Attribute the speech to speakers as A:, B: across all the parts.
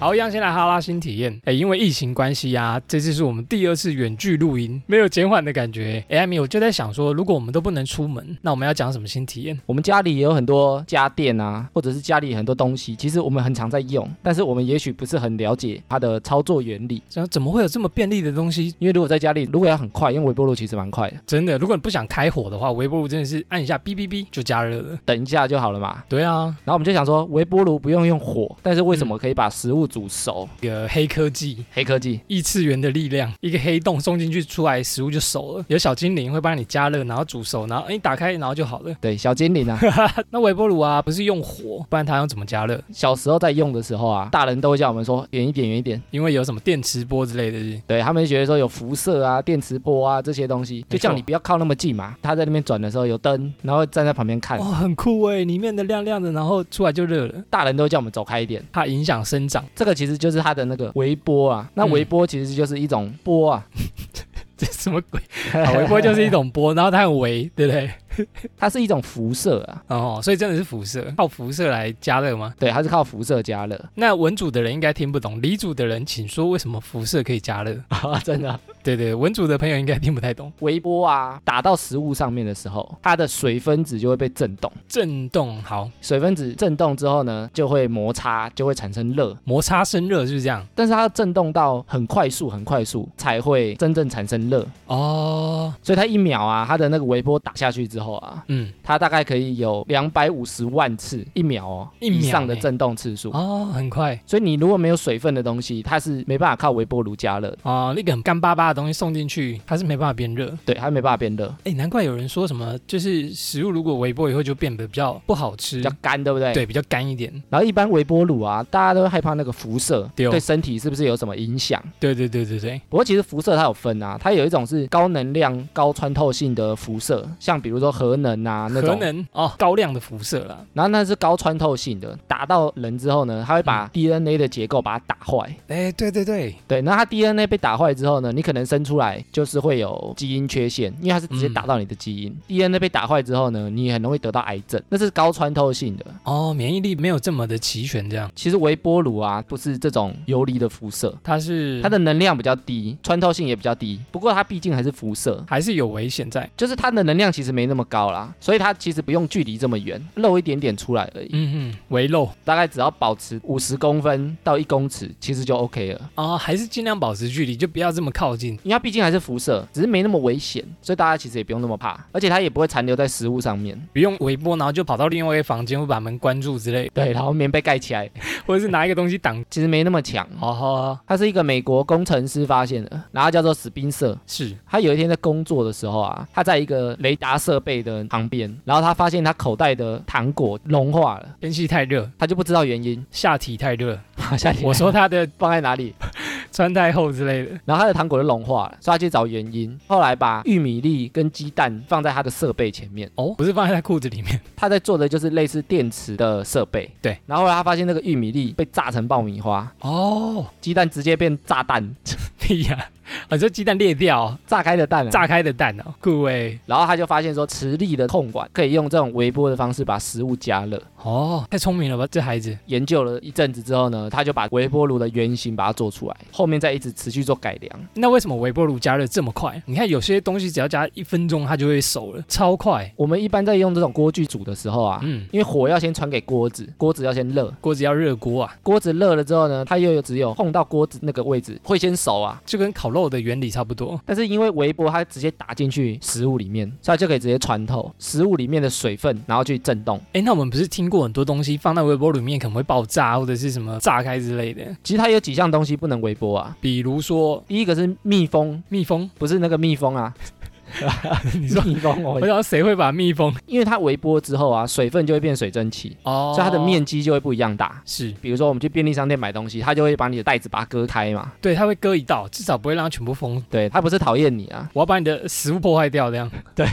A: 好，一样先来哈拉新体验。哎、因为疫情关系啊，这次是我们第二次远距录音，没有减缓的感觉。哎、艾米，我就在想说，如果我们都不能出门，那我们要讲什么新体验？
B: 我们家里也有很多家电啊，或者是家里很多东西，其实我们很常在用，但是我们也许不是很了解它的操作原理。
A: 怎怎么会有这么便利的东西？
B: 因为如果在家里，如果要很快，用微波炉其实蛮快的，
A: 真的，如果你不想开火的话，微波炉真的是按一下哔哔哔就加热了。
B: 等一下就好了嘛。
A: 对啊，
B: 然后我们就想说，微波炉不用用火，但是为什么可以把食物煮熟？
A: 一个黑科技，
B: 黑科技，
A: 异次元的力量，一个黑洞送进去，出来食物就熟了。有小精灵会帮你加热，然后煮熟，然后哎你打开，然后就好了。
B: 对，小精灵啊，
A: 那微波炉啊，不是用火，不然它要怎么加热？
B: 小时候在用的时候啊，大人都会叫我们说远一点，远一点。
A: 因为有什么电磁波之类的是不是，
B: 对他们觉得说有辐射啊、电磁波啊这些东西，就叫
A: 没错
B: 你不要靠那么近嘛。他在那边转的时候有灯，然后站在旁边看
A: 哇、，很酷哎，里面的亮亮的，然后出来就热了，
B: 大人都会叫我们走开一点。
A: 它影响生长。
B: 这个其实就是它的那个微波啊，那
A: 嗯
B: 微波其实就是一种波 啊，
A: 这什么鬼？ 好啊微波就是一种波，然后它很微，对不对？
B: 它是一种辐射啊，
A: 哦，所以真的是辐射，靠辐射来加热吗？
B: 对，它是靠辐射加热
A: 那文组的人应该听不懂，理组的人请说为什么辐射可以加热？
B: 啊，真的。
A: 对对，文组的朋友应该听不太懂。
B: 微波啊，打到食物上面的时候，它的水分子就会被震动，
A: 震动好，
B: 水分子震动之后呢，就会摩擦，就会产生热，
A: 摩擦生热是不是这样？
B: 但是它要震动到很快速、很快速才会真正产生热，
A: 哦，
B: 所以它一秒啊，它的那个微波打下去之后啊，
A: 嗯，
B: 它大概可以有两百五十万次一秒哦
A: 一秒
B: 以上的
A: 欸
B: 震动次数。
A: 哦，很快
B: 所以你如果没有水分的东西，它是没办法靠微波炉加热的，
A: 哦，那个很干巴巴的东西送进去，它是没办法变热。
B: 对，它没办法变热，
A: 哎，难怪有人说什么，就是食物如果微波以后就变得比较不好吃
B: 比较，干，对不对？。
A: 对，比较干一点。
B: 然后一般微波炉啊，大家都会害怕那个辐射
A: 对哦
B: 对身体是不是有什么影响？
A: 对对对对对，
B: 不过其实辐射它有分啊，它有一种是高能量、高穿透性的辐射，像比如说核能啊那
A: 核
B: 种，
A: 能哦，高量的辐射啦。
B: 然后那是高穿透性的，打到人之后呢，它会
A: 嗯
B: 把 DNA 的结构把它打坏。
A: 哎，对对对，
B: 对，那它 DNA 被打坏之后呢，你可能生出来就是会有基因缺陷，因为它是直接
A: 嗯
B: 打到你的基因。DNA 被打坏之后呢，你很容易得到癌症，那是高穿透性的。
A: 哦，免疫力没有这么的齐全，这样
B: 其实微波炉啊，不是这种游离的辐射，
A: 它是
B: 它的能量比较低，穿透性也比较低。不过它毕竟还是辐射，
A: 还是有危险在。
B: 就是它的能量其实没那么高啦，所以它其实不用距离这么远，漏一点点出来而已，
A: 嗯嗯，围漏
B: 大概只要保持五十公分到一公尺，其实就 OK 了。
A: 哦，还是尽量保持距离，就不要这么靠近。
B: 因为它毕竟还是辐射，只是没那么危险，所以大家其实也不用那么怕，而且它也不会残留在食物上面。
A: 不用微波，然后就跑到另外一个房间，会把门关住之类，
B: 对，然后棉被盖起来，
A: 或者是拿一个东西挡。
B: 其实没那么强。 哦
A: 好好好，
B: 它是一个美国工程师发现的，然后叫做史宾瑟。
A: 是
B: 他有一天在工作的时候啊，他在一个雷达设备的旁边，然后他发现他口袋的糖果融化了，
A: 天气太热，
B: 他就不知道原因。
A: 下体太热。
B: 好，下一题
A: 我说他的
B: 放在哪里？
A: 穿太厚之类的。
B: 然后他的糖果就融化了，所以他去找原因。后来把玉米粒跟鸡蛋放在他的设备前面，
A: 哦，不是放在他裤子里面，
B: 他在做的就是类似电池的设备。
A: 对，
B: 然后后来他发现那个玉米粒被炸成爆米花，
A: 哦，
B: 鸡蛋直接变炸弹，
A: 屁呀、啊！这鸡蛋裂掉哦，
B: 炸开的蛋、啊。
A: 炸开的蛋哦，酷哎，
B: 然后他就发现说，磁力的控管可以用这种微波的方式把食物加热。
A: 哦，太聪明了吧，这孩子。
B: 研究了一阵子之后呢，他就把微波炉的原型把它做出来，后面再一直持续做改良。
A: 那为什么微波炉加热这么快？你看有些东西只要加一分钟，它就会熟了，超快。
B: 我们一般在用这种锅具煮的时候啊，
A: 嗯，
B: 因为火要先传给锅子，锅子要先热，
A: 锅子要热锅啊，
B: 锅子热了之后呢，它又有只有碰到锅子那个位置会先熟啊，
A: 就跟烤肉的原理差不多。
B: 但是因为微波它直接打进去食物里面，所以它就可以直接穿透食物里面的水分，然后去震动。
A: 哎，那我们不是听过很多东西放在微波炉里面可能会爆炸或者是什么炸开之类的，
B: 其实它有几项东西不能微波啊，
A: 比如说
B: 第一个是密封，
A: 蜜蜂。
B: 不是那个蜜蜂啊，
A: 你说，
B: 密封
A: 我
B: 哦
A: 不知，道谁会把蜜蜂
B: 因为它微波之后啊，水分就会变水蒸气，
A: 哦
B: 所以它的面积就会不一样大。
A: 是
B: 比如说我们去便利商店买东西，它就会把你的袋子把它割开嘛，
A: 对，它会割一道，至少不会让它全部封。
B: 对，它不是讨厌你 啊，
A: 我要把你的食物破坏掉，这样
B: 对，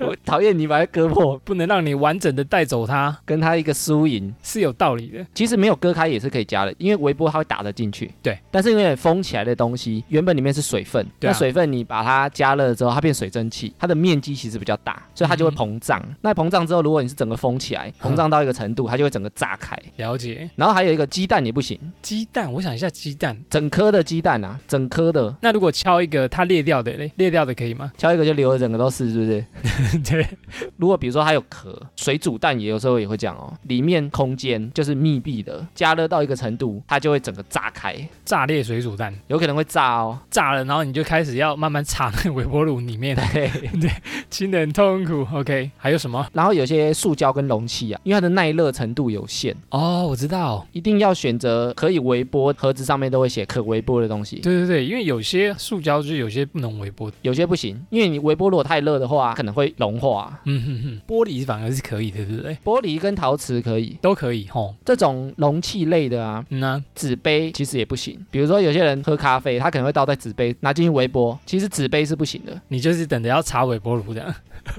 B: 我讨厌你把它割破，
A: 不能让你完整的带走它，
B: 跟它一个输赢。
A: 是有道理的。
B: 其实没有割开也是可以加的，因为微波它会打得进去。
A: 对，
B: 但是因为封起来的东西，原本里面是水分，
A: 对啊
B: 那水分你把它加热之后，它变水蒸气，它的面积其实比较大，所以它就会
A: 嗯
B: 膨胀。那膨胀之后，如果你是整个封起来，膨胀到一个程度，它就会整个炸开。
A: 了解。
B: 然后还有一个鸡蛋也不行，
A: 鸡蛋，我想一下鸡蛋。
B: 整颗的鸡蛋啊，整颗的
A: 那如果敲一个它裂掉的嘞，裂掉的可以 吗？
B: 敲一个就留了整个都是，是不 是？
A: 对，
B: 如果比如说它有壳，水煮蛋也有时候也会这样哦，里面空间就是密闭的，加热到一个程度，它就会整个炸开，
A: 炸裂水煮蛋，
B: 有可能会炸哦。
A: 炸了，然后你就开始要慢慢插那个微波炉里面，
B: 对，
A: 亲的很痛苦。OK，还有什么？
B: 然后有些塑胶跟容器啊，因为它的耐热程度有限，
A: 哦，我知道，
B: 一定要选择可以微波，盒子上面都会写可微波的东西，
A: 对对对，因为有些塑胶就是有些不能微波的，
B: 有些不行，因为你微波如果太热的话，可能会融化。啊
A: 嗯哼哼，玻璃反而是可以的，对不对？
B: 玻璃跟陶瓷可以，
A: 都可以吼，
B: 这种容器类的啊，
A: 嗯啊，
B: 纸杯其实也不行。比如说有些人喝咖啡，他可能会倒在纸杯，拿进去微波，其实纸杯是不行的，
A: 你就是等着要插微波炉这样，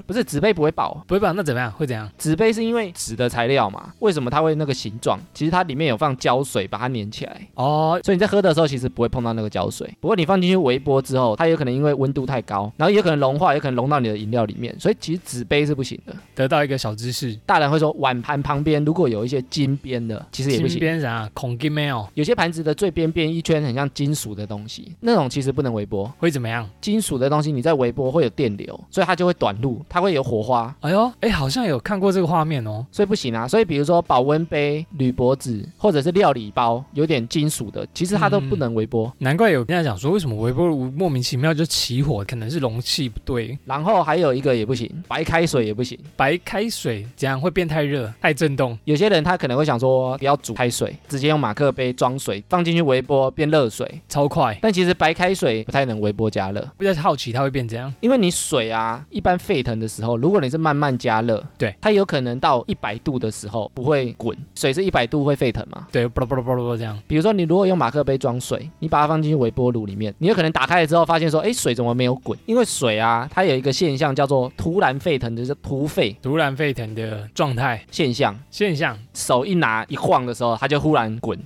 B: 不是纸杯不会爆，
A: 不会吧？那怎么样？会怎样？
B: 纸杯是因为纸的材料嘛，为什么它会那个形状？其实它里面有放胶水把它粘起来，
A: 哦，
B: 所以你在喝的时候其实不会碰到那个胶水。不过你放进去微波之后，它有可能因为温度太高，然后有可能融化，有可能融到你的饮料里面，所以其实纸杯是不行的。
A: 得到一个小知识，
B: 大人会说碗盘旁边如果有一些金边的，其实也不
A: 金
B: 行。
A: 边啥孔金没有，
B: 有些盘子的最边边一圈很像金属的东西，那种其实不能微波。
A: 会怎么样？
B: 金属的东西你在微波会有电流，所以它就会短路，它会有火花，
A: 哎呦，哎，好像有看过这个画面哦，
B: 所以不行啊。所以比如说保温杯、铝箔纸或者是料理包，有点金属的，其实它都不能微波。
A: 难怪有人家讲说，为什么微波炉莫名其妙就起火，可能是容器不对，
B: 然后还有一个也不行，白开水也不行。
A: 白开水这样会变太热、太震动，
B: 有些人他可能会想说，不要煮开水，直接用马克杯装水放进去微波变热水，
A: 超快。
B: 但其实白开水不太能微波加热，
A: 比较好奇它会变这样，
B: 因为你水啊一般沸腾的时候，如果你是慢慢加热，
A: 对，
B: 它有可能到一百度的时候不会滚，水是一百度会沸腾嘛？
A: 对，巴拉巴拉巴拉巴拉这样，
B: 比如说，你如果用马克杯装水，你把它放进去微波炉里面，你有可能打开了之后发现说，哎，水怎么没有滚？因为水啊，它有一个现象叫做突然沸腾，就是突沸
A: 突然沸腾的状态
B: 现象。
A: 现象，
B: 手一拿一晃的时候，它就忽然滚，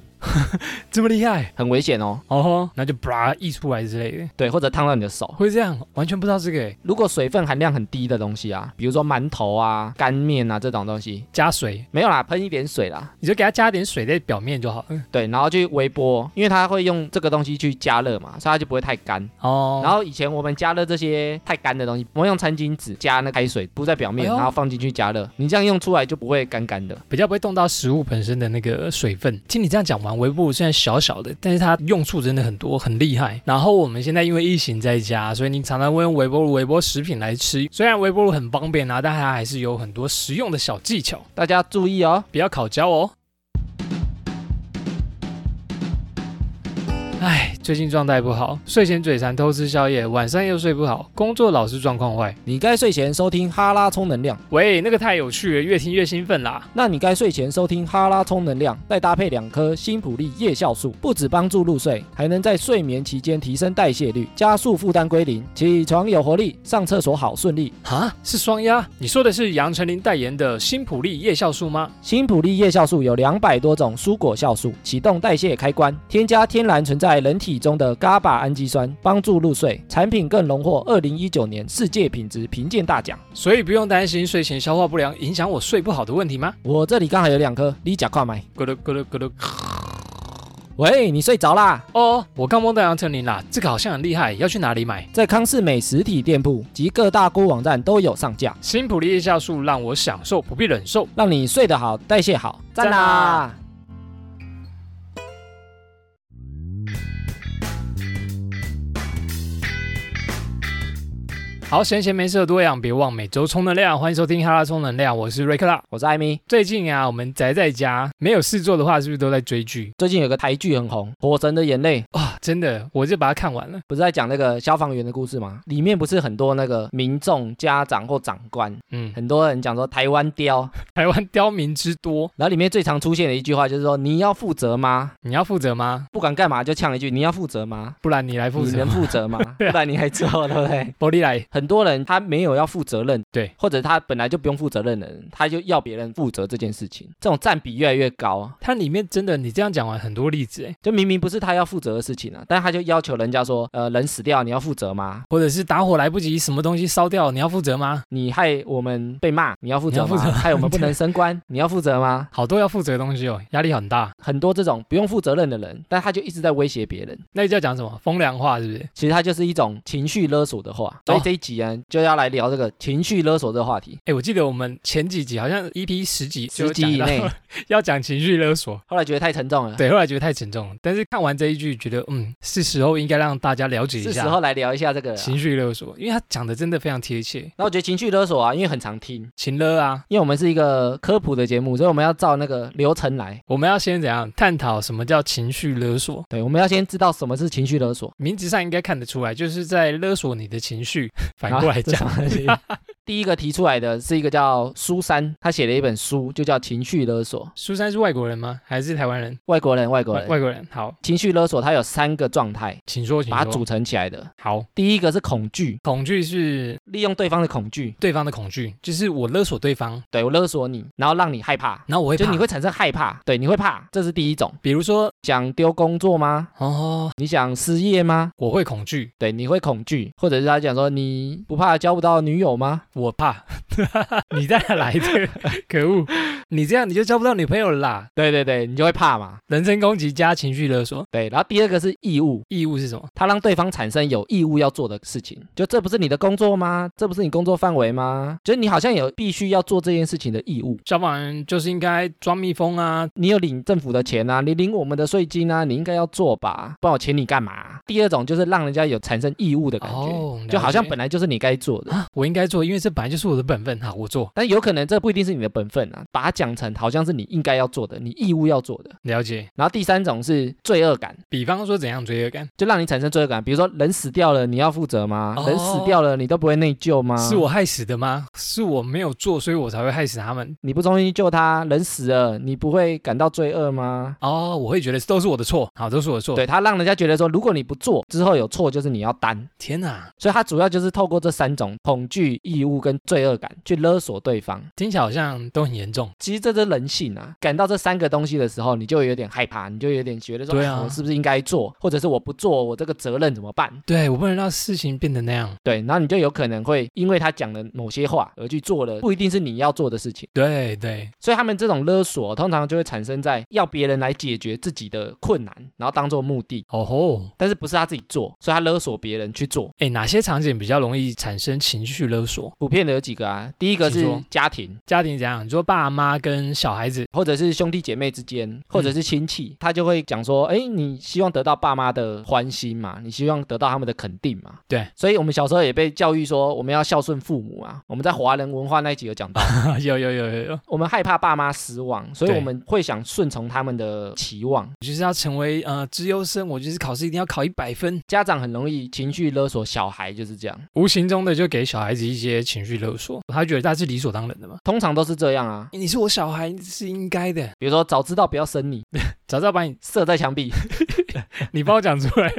A: 这么厉害
B: 很危险哦。
A: 哦吼，那就啪溢出来之类的，
B: 对，或者烫到你的手。
A: 会这样，完全不知道这个欸
B: 如果水分含量很低的东西啊，比如说馒头啊、干面啊这种东西，
A: 加水，
B: 没有啦，喷一点水啦，
A: 你就给它加点水在表面就好了。
B: 对，然后去微波，因为它会用这个东西去加热嘛，所以它就不会太干。
A: 哦，
B: 然后以前我们加热这些太干的东西，我们用餐巾纸加那开水铺在表面，
A: 哎呦
B: 然后放进去加热，你这样用出来就不会干干的。
A: 比较不会动到食物本身的那个水分。听你这样讲完，微波炉虽然小小的，但是它用处真的很多，很厉害。然后我们现在因为疫情在家，所以你常常会用微波炉微波食品来吃。虽然微波炉很方便啊，但它还是有很多实用的小技巧，
B: 大家注意哦，
A: 不要烤焦哦。唉，最近状态不好，睡前嘴馋偷吃宵夜，晚上又睡不好，工作老是状况坏。
B: 你该睡前收听哈拉充能量，
A: 喂，那个太有趣了，越听越兴奋啦。
B: 那你该睡前收听哈拉充能量，再搭配两颗新普利夜酵素，不止帮助入睡，还能在睡眠期间提升代谢率，加速负担归零，起床有活力，上厕所好顺利。
A: 啊，是双鸭？你说的是杨丞琳代言的新普利夜酵素吗？
B: 新普利叶酵素有两百多种蔬果酵素，启动代谢开关，添加天然存在人体中的 GABA 氨基酸，帮助入睡。产品更荣获二零一九年世界品质评鉴大奖。
A: 所以不用担心睡前消化不良影响我睡不好的问题吗？
B: 我这里刚好有两颗，你假快买。
A: 咕噜咕噜咕噜。
B: 喂，你睡着啦？
A: 哦，我刚梦到杨丞琳啦，这个好像很厉害，要去哪里买？
B: 在康士美实体店铺及各大购物网站都有上架，
A: 新普利夜酵素让我享受，不必忍受。
B: 让你睡得好，代谢好，赞
A: 赞
B: 啊啦
A: 啦！好，闲闲没事的多养，别忘每周充能量。欢迎收听哈拉充能量，我是瑞克拉。
B: 我是艾米，
A: 最近啊，我们宅在家没有事做的话，是不是都在追剧
B: 最近有个台剧很红，《火神的眼泪》，
A: 啊？真的，我就把它看完了。
B: 不是在讲那个消防员的故事吗？里面不是很多那个民众、家长或长官，
A: 嗯，
B: 很多人讲说台湾雕，
A: 台湾刁民之多，
B: 然后里面最常出现的一句话就是说你要负责吗？
A: 你要负责吗？
B: 不管干嘛就呛一句你要负责吗？
A: 不然你来负
B: 你
A: 责 啊
B: 能。负责吗？不然你还做对不对？
A: 玻璃来，
B: 很很多人他没有要负责任，
A: 对，
B: 或者他本来就不用负责任的人，他就要别人负责这件事情，这种占比越来越高啊。
A: 它里面真的，你这样讲完很多例子，哎，
B: 就明明不是他要负责的事情啊，但他就要求人家说，呃，人死掉你要负责吗？
A: 或者是打火来不及，什么东西烧掉，你要负责吗？
B: 你害我们被骂，你要负责
A: 你要
B: 吗？
A: 负责
B: 害我们不能升官， 你要负责吗？
A: 好多要负责的东西哦，压力很大。
B: 很多这种不用负责任的人，但他就一直在威胁别人，
A: 那叫讲什么风凉话，是不是？
B: 其实他就是一种情绪勒索的话。所以
A: 哦
B: 这一集啊，就要来聊这个情绪勒索这个话题，
A: 哎，我记得我们前几集好像 EP 十集就
B: 十集以
A: 讲到
B: 内。
A: 要讲情绪勒索，
B: 后来觉得太沉重了，
A: 对，后来觉得太沉重了。但是看完这一句，觉得嗯，是时候应该让大家了解一
B: 是时
A: 下
B: 候来聊一下这个了啊。
A: 情绪勒索，因为他讲的真的非常贴切，
B: 那我觉得情绪勒索啊，因为很常听，
A: 情勒啊。
B: 因为我们是一个科普的节目，所以我们要照那个流程来。
A: 我们要先怎样探讨什么叫情绪勒索？
B: 对，我们要先知道什么是情绪勒索。
A: 名字上应该看得出来，就是在勒索你的情 绪。反过来讲，
B: 啊，这什么东西 第一个提出来的是一个叫苏珊，她写了一本书，就叫《情绪勒索》。
A: 苏珊是外国人吗？还是台湾人？
B: 外国人，外国
A: 外
B: 人，
A: 外国人。好，
B: 情绪勒索它有三个状态，
A: 请说，请
B: 把它组
A: 说。
B: 成起来的。
A: 好，
B: 第一个是恐惧，
A: 恐惧是
B: 利用对方的恐惧，
A: 对方的恐惧，就是我勒索对方，
B: 对我勒索你，然后让你害怕，
A: 然后我会
B: 就
A: 怕。
B: 你会产生害怕，对，你会怕，这是第一种。
A: 比如说，
B: 想丢工作吗？
A: 哦，
B: 你想失业吗？
A: 我会恐惧，
B: 对，你会恐惧，或者是他讲说你不怕交不到女友吗？
A: 我怕， 你再来的， 可恶！你这样你就交不到女朋友了啦。
B: 对对对，你就会怕嘛。
A: 人身攻击加情绪勒索，
B: 对，然后第二个是义务，
A: 义务是什么？
B: 他让对方产生有义务要做的事情，就这不是你的工作吗？这不是你工作范围吗？就是你好像有必须要做这件事情的义务，
A: 消防员就是应该抓蜜蜂啊，
B: 你有领政府的钱啊，你领我们的税金啊，你应该要做吧，不然我请你干嘛？第二种就是让人家有产生义务的感觉，
A: 哦了解
B: 就好像本来就是你该做的。
A: 啊，我应该做，因为这本来就是我的本分，好，我做。
B: 但有可能这不一定是你的本分啊，把它讲成好像是你应该要做的，你义务要做的。
A: 了解。
B: 然后第三种是罪恶感，
A: 比方说怎样罪恶感，
B: 就让你产生罪恶感。比如说，人死掉了，你要负责吗？
A: 哦
B: 人死掉了，你都不会内疚吗？
A: 是，我害死的吗？是我没有做，所以我才会害死他们。
B: 你不衷心救他，人死了，你不会感到罪恶吗？
A: 哦，我会觉得都是我的错，好，都是我的错。，
B: 对他让人家觉得说，如果你不做之后有错，就是你要担。
A: 天哪，
B: 所以他主要就是透过这三种恐惧、义务跟罪恶感去勒索对方。
A: 听起来好像都很严重。
B: 其实这是人性啊，感到这三个东西的时候，你就有点害怕，你就有点觉得说，
A: 对啊
B: 哎我是不是应该做，或者是我不做，我这个责任怎么办？
A: 对我不能让事情变成那样。
B: 对，然后你就有可能会因为他讲的某些话而去做了不一定是你要做的事情。
A: 对对，
B: 所以他们这种勒索通常就会产生在要别人来解决自己的困难，然后当做目的，
A: 哦吼，
B: 但是不是他自己做，所以他勒索别人去做。
A: 哎，哪些场景比较容易产生情绪勒索？
B: 普遍的有几个啊，第一个
A: 请
B: 是
A: 说
B: 家庭，
A: 家庭怎样？你说爸妈跟小孩子，
B: 或者是兄弟姐妹之
A: 嗯
B: 间，或者是亲戚，他就会讲说，哎，你希望得到爸妈的欢心嘛，你希望得到他们的肯定嘛。
A: 对，
B: 所以我们小时候也被教育说，我们要孝顺父母啊。我们在华人文化那一集 有讲到，
A: 有有有有有，
B: 我们害怕爸妈失望，所以
A: 对
B: 我们会想顺从他们的期望。
A: 就是要成为呃资优生，我就是考试一定要考一百分。
B: 家长很容易情绪勒索小孩，就是这样，
A: 无形中的就给小孩子一些情绪勒索，他觉得他是理所当然的嘛。
B: 通常都是这样啊。
A: 你是我小孩是应该的，
B: 比如说，早知道不要生你，
A: 早知道把你
B: 射在墙壁。
A: 你帮我讲出来，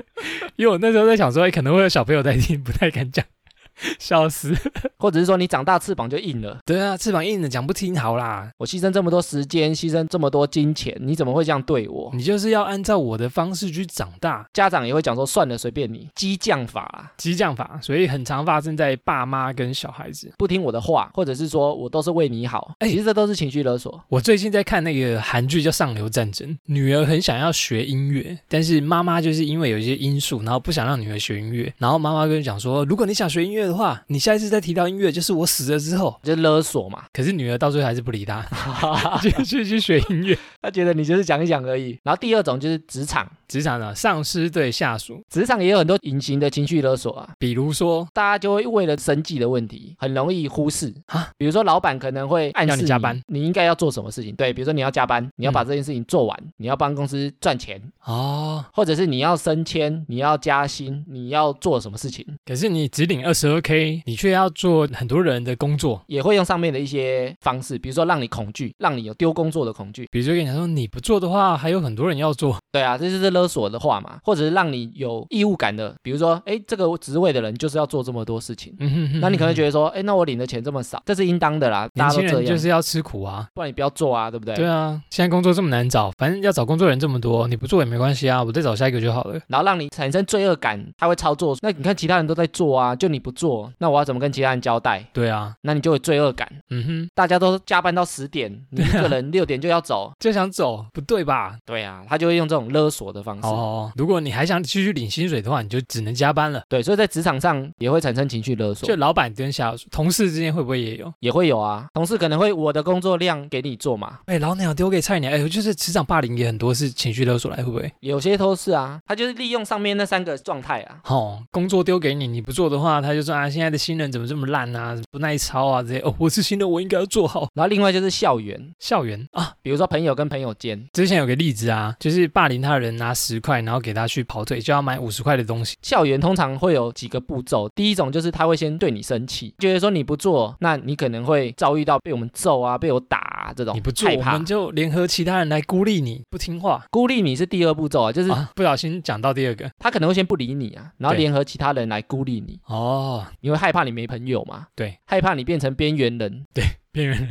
A: 因为我那时候在想说，哎、可能会有小朋友在听，不太敢讲， 笑死。
B: 或者是说你长大翅膀就硬了，
A: 对啊，翅膀硬了讲不听好啦，
B: 我牺牲这么多时间，牺牲这么多金钱，你怎么会这样对我？
A: 你就是要按照我的方式去长大，
B: 家长也会讲说，算了，随便你，激将法啊、
A: 激将法，所以很常发生在爸妈跟小孩子。
B: 不听我的话，或者是说我都是为你好，
A: 哎
B: 其实这都是情绪勒索。
A: 我最近在看那个韩剧叫《上流战争》，女儿很想要学音乐，但是妈妈就是因为有一些因素，然后不想让女儿学音乐，然后妈妈跟她讲说，如果你想学音乐的话，你下一次再提到音乐就是我死了之后。
B: 就是勒索嘛，
A: 可是女儿到最后还是不理他， 就去去学音乐。
B: 他觉得你就是讲一讲而已。然后第二种就是职场，
A: 职场呢，上司对下属，
B: 职场也有很多隐形的情绪勒索啊，
A: 比如说
B: 大家就会为了生计的问题，很容易忽视
A: 啊。
B: 比如说，老板可能会暗示
A: 要你加班，
B: 你应该要做什么事情。对，比如说你要加班，你要把
A: 嗯
B: 这件事情做完，你要帮公司赚钱，
A: 哦，
B: 或者是你要升迁，你要加薪，你要做什么事情。
A: 可是你只领二十二 OK，你却要做很多人的工作。
B: 也会用上面的一些方式，比如说让你恐惧，让你有丢工作的恐惧。
A: 比如说跟你讲说你不做的话，还有很多人要做。
B: 对啊，这就是勒索的话嘛，或者是让你有义务感的，比如说，哎，这个职位的人就是要做这么多事情。
A: 嗯哼哼
B: 那你可能觉
A: 得
B: 得说，哎，那我领的钱这么少，这是应当的啦，大
A: 年
B: 家都
A: 轻
B: 这
A: 人就
B: 样，
A: 是要吃苦啊。
B: 不然你不要做啊，对不对？
A: 对啊，现在工作这么难找，反正要找工作人这么多，你不做也没关系啊，我再找下一个就好了。
B: 然后让你产生罪恶感，他会操作。那你看其他人都在做啊，就你不做，那我要怎么跟其他人交代？
A: 对啊，
B: 那你就有罪恶感。
A: 嗯哼，
B: 大家都加班到十点，你一个人六点就要走。
A: 就想走，不对吧？
B: 对啊，他就会用这种勒索的方式。
A: 哦，如果你还想继续领薪水的话，你就只能加班了。
B: 对，所以在职场上也会产生情绪勒索
A: 就，老板跟下属、同事之间会不会也有？
B: 也会有啊。同事可能会我的工作量给你做嘛，
A: 哎、老鸟丢给菜鸟，哎、就是职场霸凌也很多是情绪勒索来，会不会？
B: 有些都是啊，他就是利用上面那三个状态啊。
A: 哦，工作丢给你，你不做的话，他就说啊，现在的新人怎么这么烂啊，不耐操啊，这些。哦，我是新人，我应该要做好。
B: 然后另外就是校园，
A: 校园啊，
B: 比如说朋友跟朋友间，
A: 之前有个例子啊，就是霸凌他的人拿十块，然后给他去跑腿，就要买五十块的东西。
B: 校园通常会有几个步骤。第一种就是他会先对你生气，觉得说你不做，那你可能会遭遇到被我们揍啊、被我打、啊、这种，
A: 你不做，
B: 害
A: 我
B: 怕
A: 们。就联合其他人来孤立你，不听话。
B: 孤立你是第二步骤啊，就是
A: 啊，不小心讲到第二个
B: 他可能会先不理你啊，然后
A: 对
B: 联合其他人来孤立你，
A: 哦，
B: 因为害怕你没朋友嘛，
A: 对，
B: 害怕你变成边缘人，
A: 边 缘人。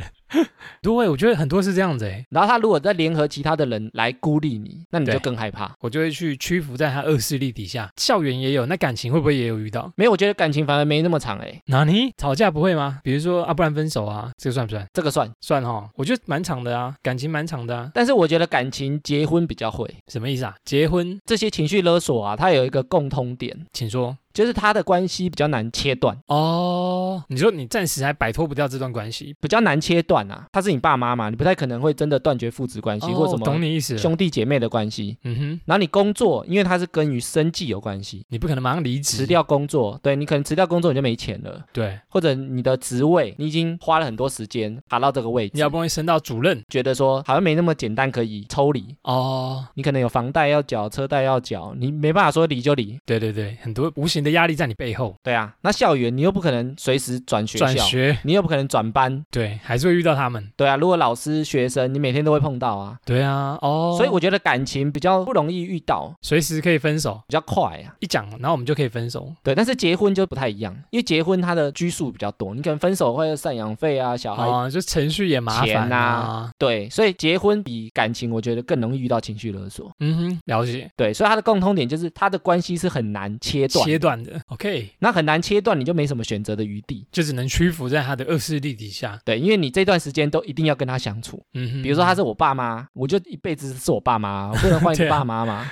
A: 对，我觉得很多是这样子欸诶，
B: 然后他如果再联合其他的人来孤立你，那你就
A: 对
B: 更害怕。
A: 我就会去屈服在他恶势力底下。校园也有，那感情会不会也有遇到？
B: 没有，我觉得感情反而没那么长哎、欸，
A: 哪里吵架不会吗？比如说啊，不然分手啊，这个算不算？
B: 这个算。
A: 算哈，我觉得蛮长的啊，感情蛮长的啊。
B: 但是我觉得感情结婚比较会，
A: 什么意思啊？结婚，
B: 这些情绪勒索啊，它有一个共通点，
A: 请说。
B: 就是他的关系比较难切断，
A: 哦，你说你暂时还摆脱不掉这段关系，
B: 比较难切断啊。他是你爸妈嘛，你不太可能会真的断绝父子关系、或什
A: 哦懂
B: 么
A: 你意思了。
B: 兄弟姐妹的关系。
A: 嗯哼，
B: 然后你工作，因为它是跟于生计有关系，
A: 你不可能马上离职
B: 辞。掉工作，对你可能辞掉工作你就没钱了，
A: 对，
B: 或者你的职位你已经花了很多时间爬到这个位
A: 你
B: 置
A: 要，不容易升到主任。
B: 觉得说好像没那么简单可以抽离，
A: 哦，
B: 你可能有房贷要缴，车贷要缴，你没办法说离就离。
A: 对对对，很多无形的压力在你背后。
B: 对啊，那校园你又不可能随时转学校，
A: 转学，
B: 你又不可能转班。
A: 对，还是会遇到他们。
B: 对啊，如果老师、学生，你每天都会碰到啊。
A: 对啊，哦，
B: 所以我觉得感情比较不容易遇到，
A: 随时可以分手，
B: 比较快啊。
A: 一讲，然后我们就可以分手。
B: 对，但是结婚就不太一样，因为结婚它的拘束比较多，你可能分手会有赡养费啊、小孩。
A: 啊，就程序也麻
B: 钱
A: 烦
B: 啊
A: 啊。
B: 对，所以结婚比感情，我觉得更容易遇到情绪勒索。
A: 嗯哼，了解，
B: 对，所以它的共通点就是它的关系是很难切断，
A: 切断的，OK，
B: 那很难切断，你就没什么选择的余地。
A: 就只能屈服在他的恶势力底下。
B: 对，因为你这段时间都一定要跟他相处。
A: 嗯哼，
B: 比如说他是我爸妈，我就一辈子是我爸妈，我不能换 一
A: 对
B: 个
A: 啊
B: 爸妈嘛。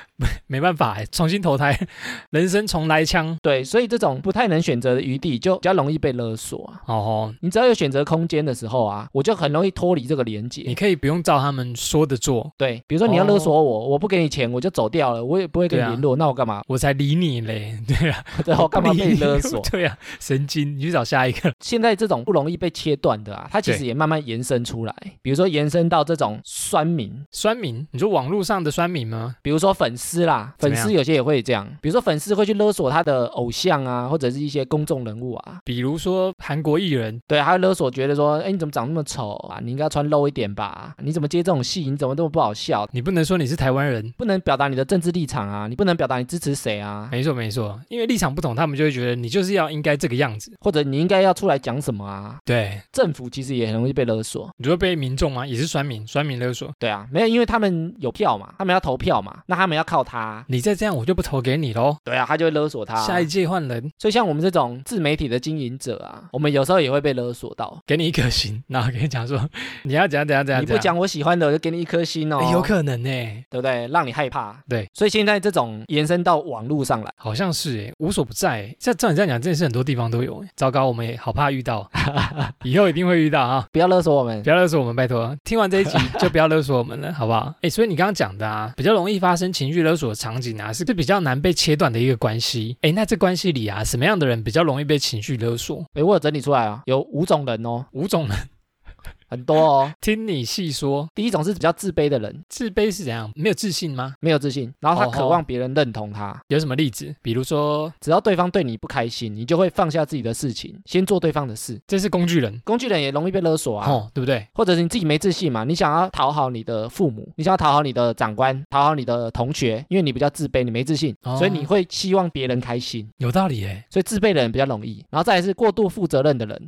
A: 没办法欸，重新投胎， 人生重来枪。
B: 对，所以这种不太能选择的余地，就比较容易被勒索啊。
A: 哦吼，
B: 你只要有选择空间的时候啊，我就很容易脱离这个连
A: 你
B: 接。
A: 可以不用照他们说的做，
B: 对，比如说你要勒索我，我不给你钱，我就走掉了，我也不会跟你
A: 哦对啊
B: 联络，那我干 嘛？
A: 我才理你嘞。 对啊，
B: 对，我干嘛被勒索？
A: 对啊，神经，你去找下一个。
B: 现在这种不容易被切断的啊，它其实
A: 对
B: 也慢慢延伸出来，比如说延伸到这种酸民，
A: 酸民，你说网络上的酸民吗？
B: 比如说粉丝啦，
A: 怎
B: 粉
A: 么样
B: 丝有些也会这样，比如说粉丝会去勒索他的偶像啊，或者是一些公众人物啊，
A: 比如说韩国艺人，
B: 对，还有勒索，觉得说，哎，你怎么长那么丑啊？你应该穿露一点吧？你怎么接这种戏？你怎么这么不好笑？
A: 你不能说你是台湾人。
B: 不能表达你的政治立场啊，你不能表达你支持谁啊，
A: 没错没错，因为立场不同，他们就会觉得你就是要应该这个样子。
B: 或者你应该要出来讲什么啊？
A: 对，
B: 政府其实也很容易被勒索，
A: 你说被民众吗？也是酸民，酸民勒索。
B: 对啊，没有，因为他们有票嘛，他们要投票嘛，那他们要靠他，
A: 你再这样，我就不投给你喽。
B: 对啊，他就会勒索他。
A: 下一届换人，
B: 所以像我们这种自媒体的经营者啊，我们有时候也会被勒索到。
A: 给你一颗心，然后跟你讲说你要怎样怎样怎样。
B: 你不
A: 怎样、
B: 讲我喜欢的，我就给你一颗心哦，
A: 啊哎诶有可能呢、欸，
B: 对不对？让你害怕。
A: 对，
B: 所以现在这种延伸到网络上来，
A: 好像是哎、无所不在、欸。像照你这样讲，真的是很多地方都有、欸。糟糕，我们也好怕遇到， 以后一定会遇到啊！
B: 不要勒索我们
A: 不。要勒索我们，拜托。啊听完这一集就不要勒索我们了，好 不好？哎、所以你刚刚讲的啊，比较容易发生情绪勒索的场景啊，是是比较难被切断的一个关系。哎、那这关系里啊，什么样
B: 哎
A: 的人比较容易被情绪勒索？
B: 诶，我有整理出来啊，有五种人哦，
A: 五种人，
B: 很多 哦。
A: 听你细说，
B: 第一种是比较自卑的人，
A: 自卑是怎样？没有自信吗？
B: 没有自信，然后他
A: 哦
B: 渴望别人认同他。
A: 有什么例子？比如说，
B: 只要对方对你不开心，你就会放下自己的事情，先做对方的事。
A: 这是工具人，
B: 工具人也容易被勒索啊，
A: 哦，对不对？
B: 或者是你自己没自信嘛，你想要讨好你的父母，你想要讨好你的长官，讨好你的同学，因为你比较自卑，你没自信，
A: 哦
B: 所以你会希望别人开心。
A: 有道理欸诶，
B: 所以自卑的人比较容易，然后再来是过度负责任的人，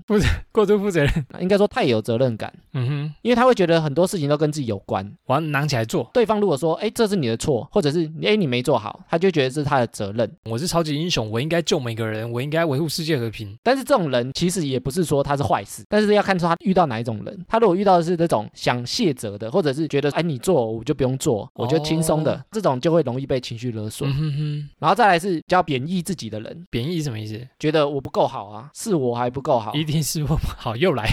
A: 过度负责任，
B: 应该说太有责任感，
A: 嗯哼，
B: 因为他会觉得很多事情都跟自己有关。
A: 我要拿起来做。
B: 对方如果说，哎，这是你的错，或者是哎你没做好，他就觉得这是他的责任。
A: 我是超级英雄，我应该救每个人，我应该维护世界和平。
B: 但是这种人其实也不是说他是坏事，但是要看出他遇到哪一种人。他如果遇到的是那种想卸责的，或者是觉得哎你做我就不用做，我就轻松的，
A: 哦
B: 这种就会容易被情绪勒索。
A: 嗯哼哼，
B: 然后再来是比较贬义自己的人，
A: 贬义什么意思？
B: 觉得我不够好啊，是我还不够好，
A: 一定是我不好，又 来，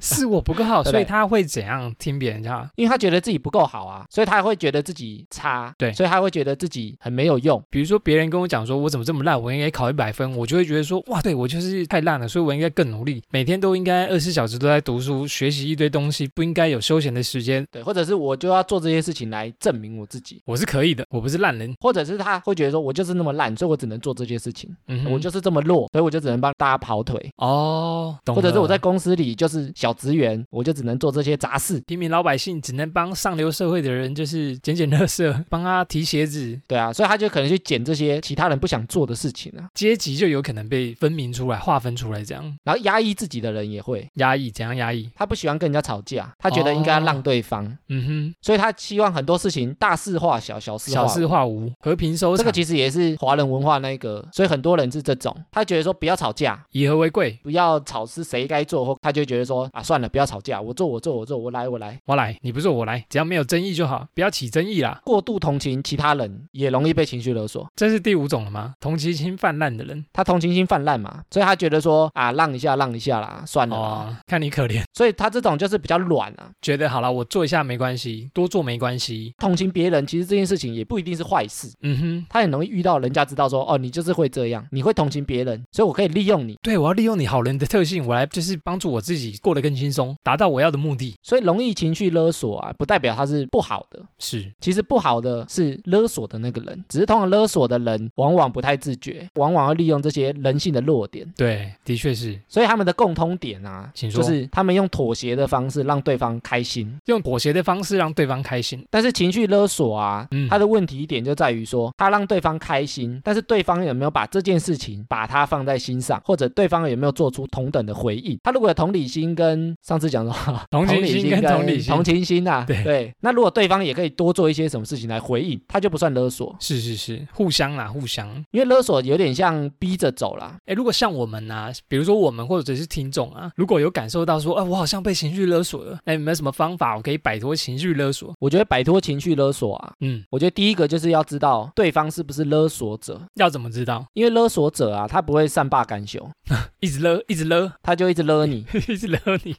A: 是我不够好，所以他会怎样听别人家？
B: 因为他觉得自己不够好啊，所以他会觉得自己差，
A: 对
B: 所以他会觉得自己很没有用。
A: 比如说别人跟我讲说我怎么这么烂，我应该考一百分，我就会觉得说哇，对我就是太烂了，所以我应该更努力，每天都应该二十四小时都在读书学习一堆东西，不应该有休闲的时间。
B: 对，或者是我就要做这些事情来证明我自己，
A: 我是可以的，我不是烂人，
B: 或者是他会觉得说我就是那么烂，所以我只能做这些事情，
A: 嗯哼，
B: 我就是这么弱，所以我就只能帮大家跑腿。
A: 哦，懂了
B: 或者是我在公司里就是小职员，我就只能做这些杂事。
A: 平民老百姓只能帮上流社会的人，就是捡捡垃圾，帮他提鞋子，
B: 对啊，所以他就可能去捡这些其他人不想做的事情啊，
A: 阶级就有可能被分明出来、划分出来，这样
B: 然后压抑自己的人也会，
A: 压抑，怎样压抑？
B: 他不喜欢跟人家吵架，他觉得应该要
A: 哦
B: 让对方，
A: 嗯
B: 所以他希望很多事情大事化小，小
A: 哼，
B: 事化
A: 小
B: 无
A: 事化无，和平收
B: 这
A: 场
B: 个，其实也是华人文化那个，所以很多人是这种，他觉得说不要吵架，
A: 以和为贵。
B: 不要吵是谁该做，或他就觉得说啊算了，不要吵架，我做我做我做我来我来。
A: 我来，你不做我来，只要没有争议就好，不要起争议啦。
B: 过度同情其他人也容易被情绪勒索，
A: 这是第五种了吗？同情心泛滥的人
B: 他同情心泛滥嘛，所以他觉得说啊让一下让一下啦，算了啦。
A: 哦，看你可怜，
B: 所以他这种就是比较软啊，
A: 觉得好啦，我做一下没关系，多做没关系。
B: 同情别人，其实这件事情也不一定是坏事。
A: 嗯哼，
B: 他很容易遇到人家知道说，哦，你就是会这样，你会同情别人，所以我可以利用你，
A: 对我要利用你好人的特性，我来就是帮助我自己过得更轻松，达到我要的目的。
B: 所以容易情绪勒索啊，不代表他是不好的。
A: 是，
B: 其实不好的是勒索的那个人，只是通常勒索的人往往不太自觉，往往会利用这些人性的弱点，
A: 对，的确是
B: 所以他们的共通点啊，
A: 请
B: 就
A: 说
B: 是他们用妥协的方式让对方开心。
A: 用妥协的方式让对方开心。
B: 但是情绪勒索啊，
A: 嗯
B: 他的问题点就在于说，他让对方开心，但是对方有没有把这件事情把他放在心上，或者对方有没有做出同等的回应？他如果有同理心跟上次讲的话，
A: 同情心跟同
B: 啊同
A: 理
B: 理
A: 心
B: 心同情心啊，
A: 对
B: 那如果对方也可以多做一些什么事情来回应，他就不算勒索，
A: 是是是，互相啦，互相。
B: 因为勒索有点像逼着走啦。
A: 哎，如果像我们呐、比如说我们或者是听众啊，如果有感受到说，哎、我好像被情绪勒索了，哎，有没有什么方法我可以摆脱情绪勒索？
B: 我觉得摆脱情绪勒索啊，
A: 嗯，
B: 我觉得第一个就是要知道对方是不是勒索者，
A: 要怎么知道？
B: 因为勒索者啊，他不会善罢甘休，
A: 一直勒，一直勒，
B: 他就一直勒你。
A: 一直勒你，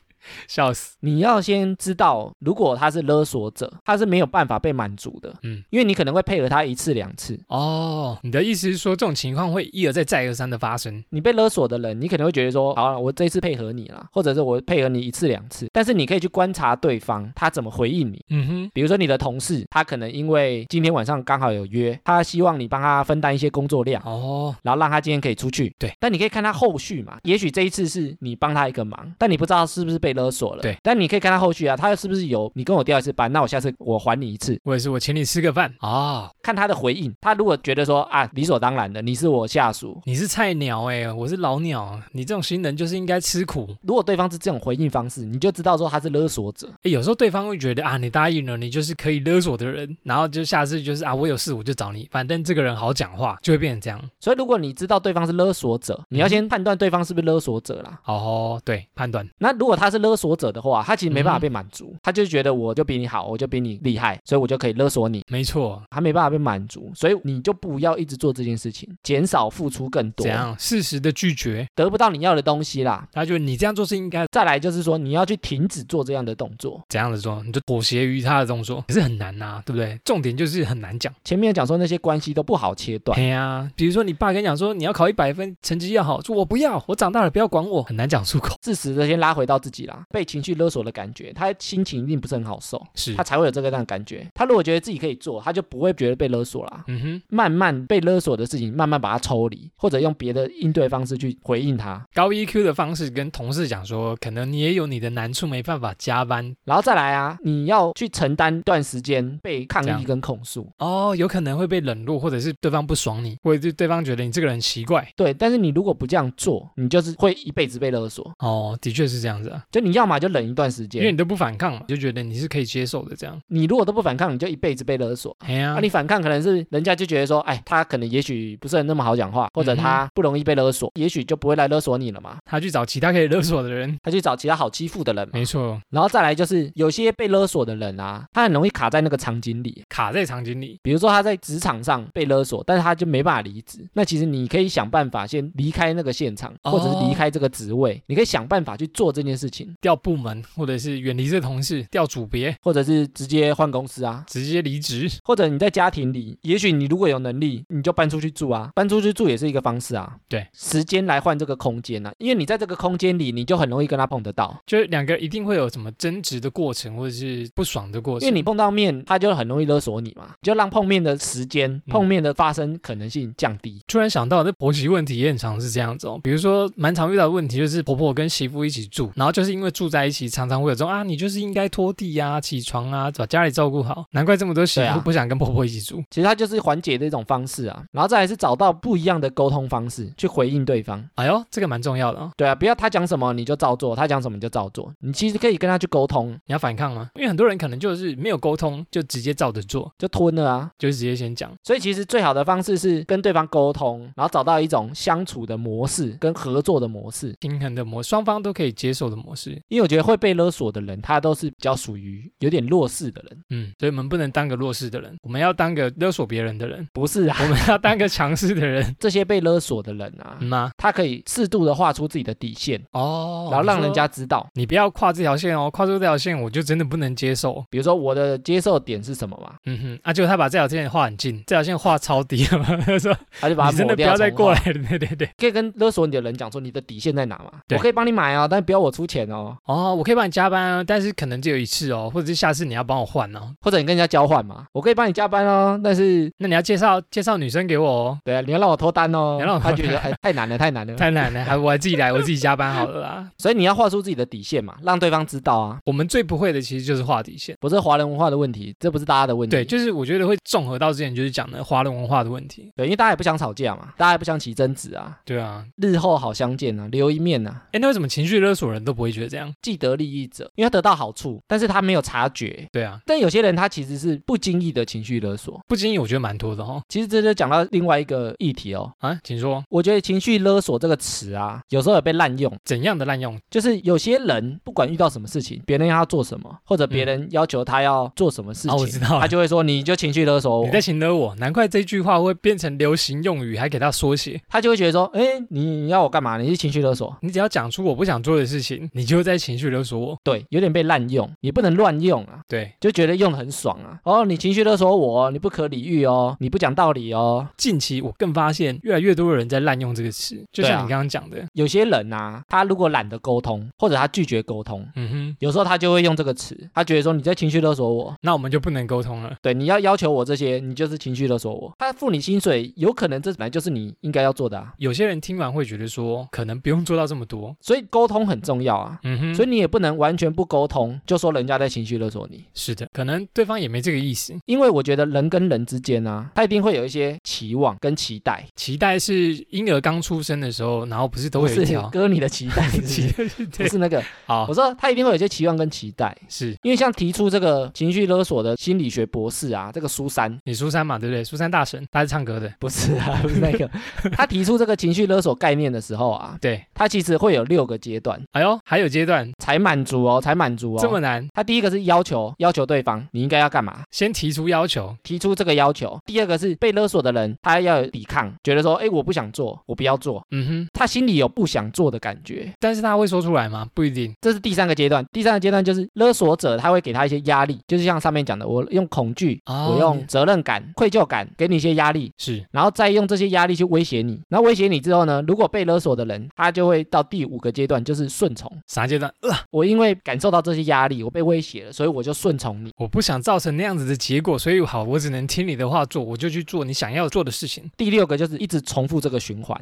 A: 笑死。
B: 你要先知道，如果他是勒索者，他是没有办法被满足的，
A: 嗯
B: 嗯，因为你可能会配合他一次两次。
A: 哦，你的意思是说这种情况会一而再再而三的发生？
B: 你被勒索的人，你可能会觉得说，好、啊，我这一次配合你啦，或者是我配合你一次两次，但是你可以去观察对方他怎么回应你。
A: 嗯哼，
B: 比如说你的同事，他可能因为今天晚上刚好有约，他希望你帮他分担一些工作量，
A: 哦，
B: 然后让他今天可以出去。
A: 对，
B: 但你可以看他后续嘛，也许这一次是你帮他一个忙，但你不知道他是不是被勒索了。
A: 对，
B: 但你可以看他后续啊，他是不是有你跟我调一次班，那我下次我还你一次。
A: 我也是，我请你吃个饭啊、哦，
B: 看他的回应。他如果觉得说啊，理所当然的，你是我下属。
A: 你是菜鸟哎、我是老鸟，你这种新人就是应该吃苦。
B: 如果对方是这种回应方式，你就知道说他是勒索者。
A: 诶有时候对方会觉得啊，你答应了，你就是可以勒索的人，然后就下次就是啊，我有事我就找你，反正这个人好讲话，就会变成这样。
B: 所以，如果你知道对方是勒索
A: 嗯
B: 者，你要先判断对方是不是勒索者啦。
A: 哦，对，判断
B: 那如果他是勒索者的话，他其实没办
A: 嗯
B: 法被满足，他就觉得我就比你好，我就比你厉害，所以我就可以勒索你，
A: 没错。
B: 他没办法被满足，所以你就不要一直做这件事情，减少付出更多
A: 怎，样适时的拒绝，
B: 得不到你要的东西啦。
A: 他就你这样做是应该
B: 再来就是说，你要去停止做这样的动作。
A: 怎样的做，你就妥协于他的动作，可是很难呐、啊对不对？重点就是很难讲。
B: 前面有讲说那些关系都不好切断，
A: 哎呀，比如说你爸跟你讲说你要考一百分，成绩要好，说我不要，我长大了不要管我，很难讲出口。
B: 自私的先拉回到自己啦。被情绪勒索的感觉，他心情一定不是很好受，
A: 是
B: 他，才会有这个样的感觉。他如果觉得自己可以做，他就不会觉得被勒索啦。
A: 嗯哼，
B: 慢慢被勒索的事情，慢慢把它抽离，或者用别的应对方式去回应他，
A: 高 EQ 的方式跟同事讲说，可能你也有你的难处，没办法加班
B: 然后再来啊，你要去承担一段时间被抗
A: 这样
B: 议跟控诉。
A: 哦，有可能会被冷落，或者是对方不爽你，或者是对方觉得你这个人奇怪。
B: 对，但是你如果不这样做，你就是会一辈子被勒索。
A: 哦，的确是这样子啊，
B: 就你要么就忍一段时
A: 因为
B: 间，
A: 你都不反抗嘛，就觉得你是可以接受的这样。
B: 你如果都不反抗，你就一辈子被勒索。
A: 哎呀、
B: 啊，你反抗可能是人家就觉得说，哎，他可能也许不是很那么好讲话，或者
A: 嗯哼
B: 他不容易被勒索，也许就不会来勒索你了嘛。
A: 他去找其他可以勒索的人，
B: 他去找其他好欺负的人嘛。
A: 没错，
B: 然后再来就是有些被勒索的人啊，他很容易卡在那个场景里，
A: 卡在场景里。
B: 比如说他在职场上被勒索，但是他就没办法离职，那其实你可以想办法先离开那个现场，
A: 哦
B: 或者是离开这个职位，你可以想办法去做这件事情，
A: 调部门，或者是远离这同事，调组别，
B: 或者是直接换公司啊。
A: 直接离职。
B: 或者你在家庭里，也许你如果有能力，你就搬出去住啊，搬出去住也是一个方式啊。
A: 对，
B: 时间来换这个空间啊，因为你在这个空间里，你就很容易跟他碰得到，
A: 就是两个一定会有什么争执的过程，或者是不爽的过
B: 因
A: 程。
B: 为你碰到面，他就很容易勒索你嘛，你就让碰面的时间、
A: 嗯
B: 碰面的发生可能性降低。
A: 突然想到，那婆媳问题也很常是这样子哦。比如说，蛮常遇到的问题就是婆婆跟媳妇一起住，然后就是因为住在一起，常常会有这种啊，你就是应该拖地啊、起床啊，把家里照顾好。难怪这么多媳
B: 对
A: 妇
B: 啊
A: 不想跟婆婆一起住。
B: 其实它就是缓解的一种方式啊，然后再来是找到不一样的沟通方式去回应对方。
A: 哎呦，这个蛮重要的哦。
B: 对啊，不要他讲什么你就照做，他讲什么你就照做。你其实可以跟他去沟通，
A: 你要反抗吗？因为很多人可能就是没有沟通，就直接照着做，
B: 就吞了啊。
A: 就直接先讲。
B: 所以其实最好的方式是跟对方沟通，然后找到一种相处的模式跟合作的模式。
A: 平衡的模，双方都可以接受的模式。
B: 因为我觉得会被勒索的人，他都是比较属于有点弱势的人，
A: 嗯，所以我们不能当个弱势的人，我们要当个勒索别人的人，
B: 不是啊？，
A: 我们要当个强势的人
B: 这些被勒索的人啊，
A: 嗯吗？
B: 他可以适度的画出自己的底线，
A: 哦，
B: 然后让
A: 你说
B: 人家知道，
A: 你不要跨这条线哦，跨出这条线我就真的不能接受。
B: 比如说我的接受点是什么嘛，
A: 嗯哼，啊，结果他把这条线画很近，这条线画超低了， 他说
B: 他就把
A: 你
B: 它
A: 真
B: 抹
A: 的不
B: 掉
A: 要再
B: 重画
A: 过来了。 对对对，
B: 可以跟勒索你的人讲说你的底线在哪嘛？
A: 对
B: 我可以帮你买啊，但不要我出钱哦，
A: 哦，我可以帮你加班啊，但是可能只有一次哦，或者是下次你要帮我换哦。
B: 或者你跟人家交换嘛，我可以帮你加班哦，但是
A: 那你要介绍介绍女生给我哦，
B: 对啊，你要让我脱单哦，
A: 你要让我
B: 他觉得哎太难了，太难了，
A: 太难了，还我还自己来，我自己加班好了啦。
B: 所以你要画出自己的底线嘛，让对方知道啊，
A: 我们最不会的其实就是画底线。
B: 不是华人文化的问题，这不是大家的问题，
A: 对，就是我觉得会综合到之前就是讲的华人文化的问题。
B: 对因为大家也不想吵架嘛，大家也不想起争执啊，
A: 对啊，
B: 日后好相见啊，留一面啊，
A: 哎，那为什么情绪勒索人都不会觉得这样？
B: 既得利益者，因为他得到好处，但是他没有察觉。
A: 对啊，
B: 但有些人他其实是不经意的情绪勒索，
A: 不经意我觉得蛮多的哦。
B: 其实这就讲到另外一个议题哦。
A: 啊，请说，
B: 我觉得“情绪勒索”这个词啊，有时候也被滥用。
A: 怎样的滥用？
B: 就是有些人不管遇到什么事情，别人要他做什么，或者别人要求他要做什么事
A: 嗯啊，我知
B: 情，
A: 道
B: 他
A: 了。
B: 就会说你就情绪勒索我
A: 你，在请勒我，难怪这句话会变成流行用语，还给它缩写。
B: 他就会觉得说，哎，你要我干嘛？你是情绪勒索。
A: 你只要讲出我不想做的事情，你就在情绪勒索我。
B: 对，有点被滥用，也不能乱用啊，
A: 对，
B: 就觉得用的很爽啊。哦，你情绪勒索我，你不可理喻哦，你不讲道理哦。
A: 近期我更发现越来越多的人在滥用这个词，就
B: 对
A: 像
B: 啊
A: 你刚刚讲的，
B: 有些人啊，他如果懒得沟通，或者他拒绝沟通，
A: 嗯哼，
B: 有时候他就会用这个词，他觉得说你在情绪勒索我，
A: 那我们就不能沟通了。
B: 对，你要要求我这些，你就是情绪勒索我。他付你薪水，有可能这本来就是你应该要做的啊，
A: 有些人听完会觉得说，可能不用做到这么多。
B: 所以沟通很重要啊。
A: 嗯哼，
B: 所以你也不能完全不沟通，就说人家在情绪勒索你，
A: 是的，可能对方也没这个意思。
B: 因为我觉得人跟人之间啊，他一定会有一些期望跟期待，
A: 脐带是婴儿刚出生的时候，然后不是都
B: 不
A: 会有
B: 是
A: 一条
B: 割你的脐带， 是不
A: 脐
B: 是
A: 带是
B: 不
A: 对，
B: 是那个，
A: 好
B: 我说他一定会有一些期望跟期待，
A: 是
B: 因为像提出这个情绪勒索的心理学博士啊，这个苏珊，
A: 你苏珊嘛，对不对？苏珊大神，她是唱歌的，
B: 不是啊， 不是那个，他提出这个情绪勒索概念的时候啊，
A: 对。
B: 他其实会有六个阶段
A: 哎呦，还有阶段
B: 才满足哦，才满足
A: 这么
B: 哦。
A: 难，
B: 他第一个是要求，要求对方你应该要干嘛，
A: 先提出要求，
B: 提出这个要求。第二个是被勒索的人，他要有抵抗，觉得说，哎，我不想做，我不要做，
A: 嗯哼，
B: 他心里有不想做的感觉。
A: 但是他会说出来吗？不一定。
B: 这是第三个阶段。第三个阶段就是勒索者他会给他一些压力，就是像上面讲的，我用恐惧，
A: 啊
B: 我用责任感、愧疚感给你一些压力，
A: 是
B: 然后再用这些压力去威胁你，然后威胁你之后呢，如果被勒索的人，他就会到第五个阶段，就是顺从。
A: 啥阶段？呃，
B: 我因为感受到这些压力，我被威胁了，所以我就顺从你。
A: 我不想造成那样子的结果，所以好，我只能听你的话做，我就去做你想要做的事情，
B: 第六个就是一直重复这个循环，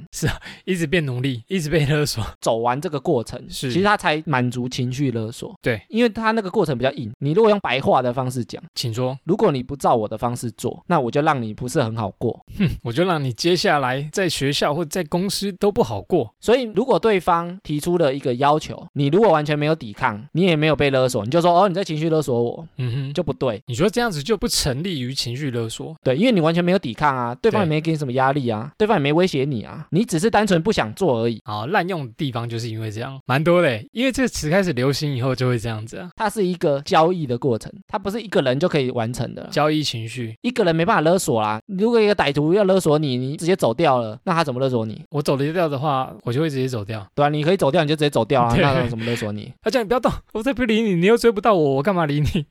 A: 一直变奴隶，一直被勒索。
B: 走完这个过程，
A: 是
B: 其实他才满足情绪勒索。
A: 对，
B: 因为他那个过程比较硬。你如果用白话的方式讲，
A: 请说，
B: 如果你不照我的方式做，那我就让你不是很好过。
A: 我就让你接下来在学校或在公司都不好过。
B: 所以，如果对方提出了一个要求，你如果完全没有抵抗，你也没有被勒索，你就说哦，你在情绪勒索我，
A: 嗯哼，
B: 就不对。
A: 你说这样子就不成立于情绪勒索，
B: 对，因为你完全没有抵抗啊，对方也
A: 对
B: 没给你什么压力啊，对方也没威胁你啊，你只是单纯不想做而已。
A: 啊，滥用的地方就是因为这样，蛮多的。因为这个词开始流行以后就会这样子啊，
B: 它是一个交易的过程，它不是一个人就可以完成的。
A: 交易情绪，
B: 一个人没办法勒索啦，如果一个歹徒要勒索你，你直接走掉了，那他怎么勒索你？
A: 我走得掉的话，我就会直接走掉。
B: 对吧、啊你可以走掉，你就直接走掉 啊，
A: 对
B: 那他怎么勒索你？
A: 他叫你不要动，我再不理你，你又追不到我，我干嘛理你？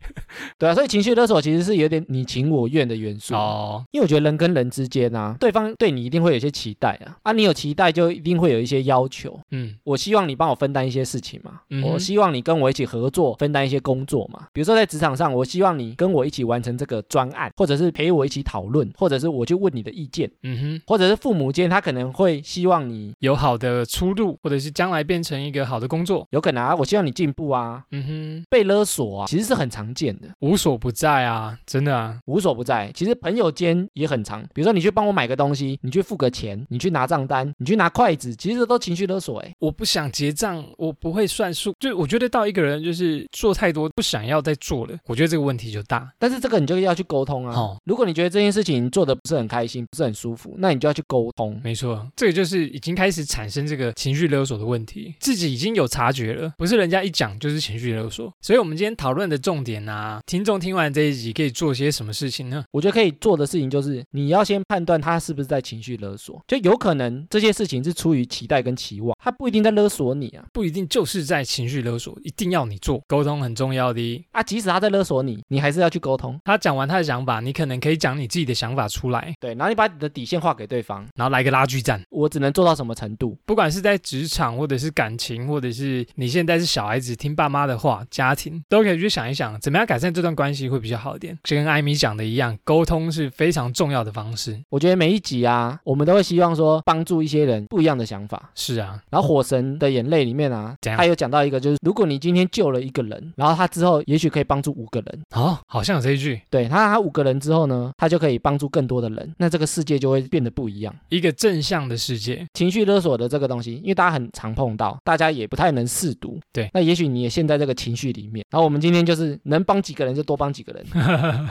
B: 对啊，所以情绪勒索其实是有点你情我愿的元素。
A: 哦，
B: 因为我觉得人跟人之间啊，对方对你一定会有一些期待啊，啊，你有期待就一定会有一些要求。
A: 嗯，
B: 我希望你帮我分担一些事情嘛，
A: 嗯哼
B: 我希望你跟我一起合作，分担一些工作嘛。比如说在职场上，我希望你跟我一起完成这个专案，或者是陪我一起讨论，或者是我去问你的意见，
A: 嗯哼，
B: 或者是父母间他可能会希望你。
A: 有好的出路，或者是将来变成一个好的工作，
B: 有可能啊，我希望你进步啊，
A: 嗯哼，
B: 被勒索啊，其实是很常见的，
A: 无所不在啊，真的啊，
B: 无所不在。其实朋友间也很常，比如说你去帮我买个东西，你去付个钱，你去拿账单，你去拿筷子，其实都情绪勒索哎、
A: 我不想结账，我不会算数，就我觉得到一个人就是做太多不想要再做了，我觉得这个问题就大。
B: 但是这个你就要去沟通啊。
A: 哦
B: 如果你觉得这件事情做的不是很开心，不是很舒服，那你就要去沟通。
A: 没错，这个就是已经开始产生这个情绪勒索的问题，自己已经有察觉了，不是人家一讲就是情绪勒索。所以，我们今天讨论的重点啊，听众听完这一集可以做些什么事情呢？
B: 我觉得可以做的事情就是，你要先判断他是不是在情绪勒索，就有可能这件事情是出于期待跟期望，他不一定在勒索你啊。
A: 不一定就是在情绪勒索，一定要你做，沟通很重要的。
B: 啊，即使他在勒索你，你还是要去沟通。
A: 他讲完他的想法，你可能可以讲你自己的想法出来，
B: 对，然后你把你的底线画给对方，
A: 然后来个拉锯战。
B: 我只能做到什么程度？
A: 不管是在职场，或者是感情，或者是你现在是小孩子听爸妈的话，家庭都可以去想一想，怎么样改善这段关系会比较好一点。就跟艾米讲的一样，沟通是非常重要的方式。
B: 我觉得每一集啊，我们都会希望说帮助一些人不一样的想法。
A: 是啊，
B: 然后《火神的眼泪》里面啊，
A: 怎样
B: 他有讲到一个，就是如果你今天救了一个人，然后他之后也许可以帮助五个人，
A: 哦，好像有这一句，
B: 对他他五个人之后呢，他就可以帮助更多的人，那这个世界就会变得不一样。
A: 一个正向的世界，
B: 情绪勒索的这个东西，因为大家很常碰到，大家也不太能试读。
A: 对
B: 那也许你也陷在这个情绪里面。然后我们今天就是能帮几个人就多帮几个人。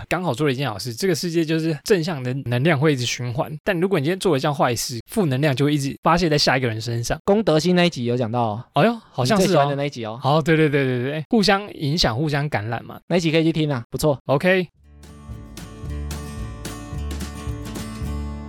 A: 刚好做了一件好事，这个世界就是正向的能量会一直循环。但如果你今天做了一件坏事，负能量就会一直发泄在下一个人身上。
B: 功德心那一集有讲到哦，
A: 哎呦，好像
B: 你最
A: 是
B: 喜欢的
A: 哦。
B: 那一集哦，
A: 好，对对对对对，互相影响，互相感染嘛。
B: 那一集可以去听啊，不错。
A: OK，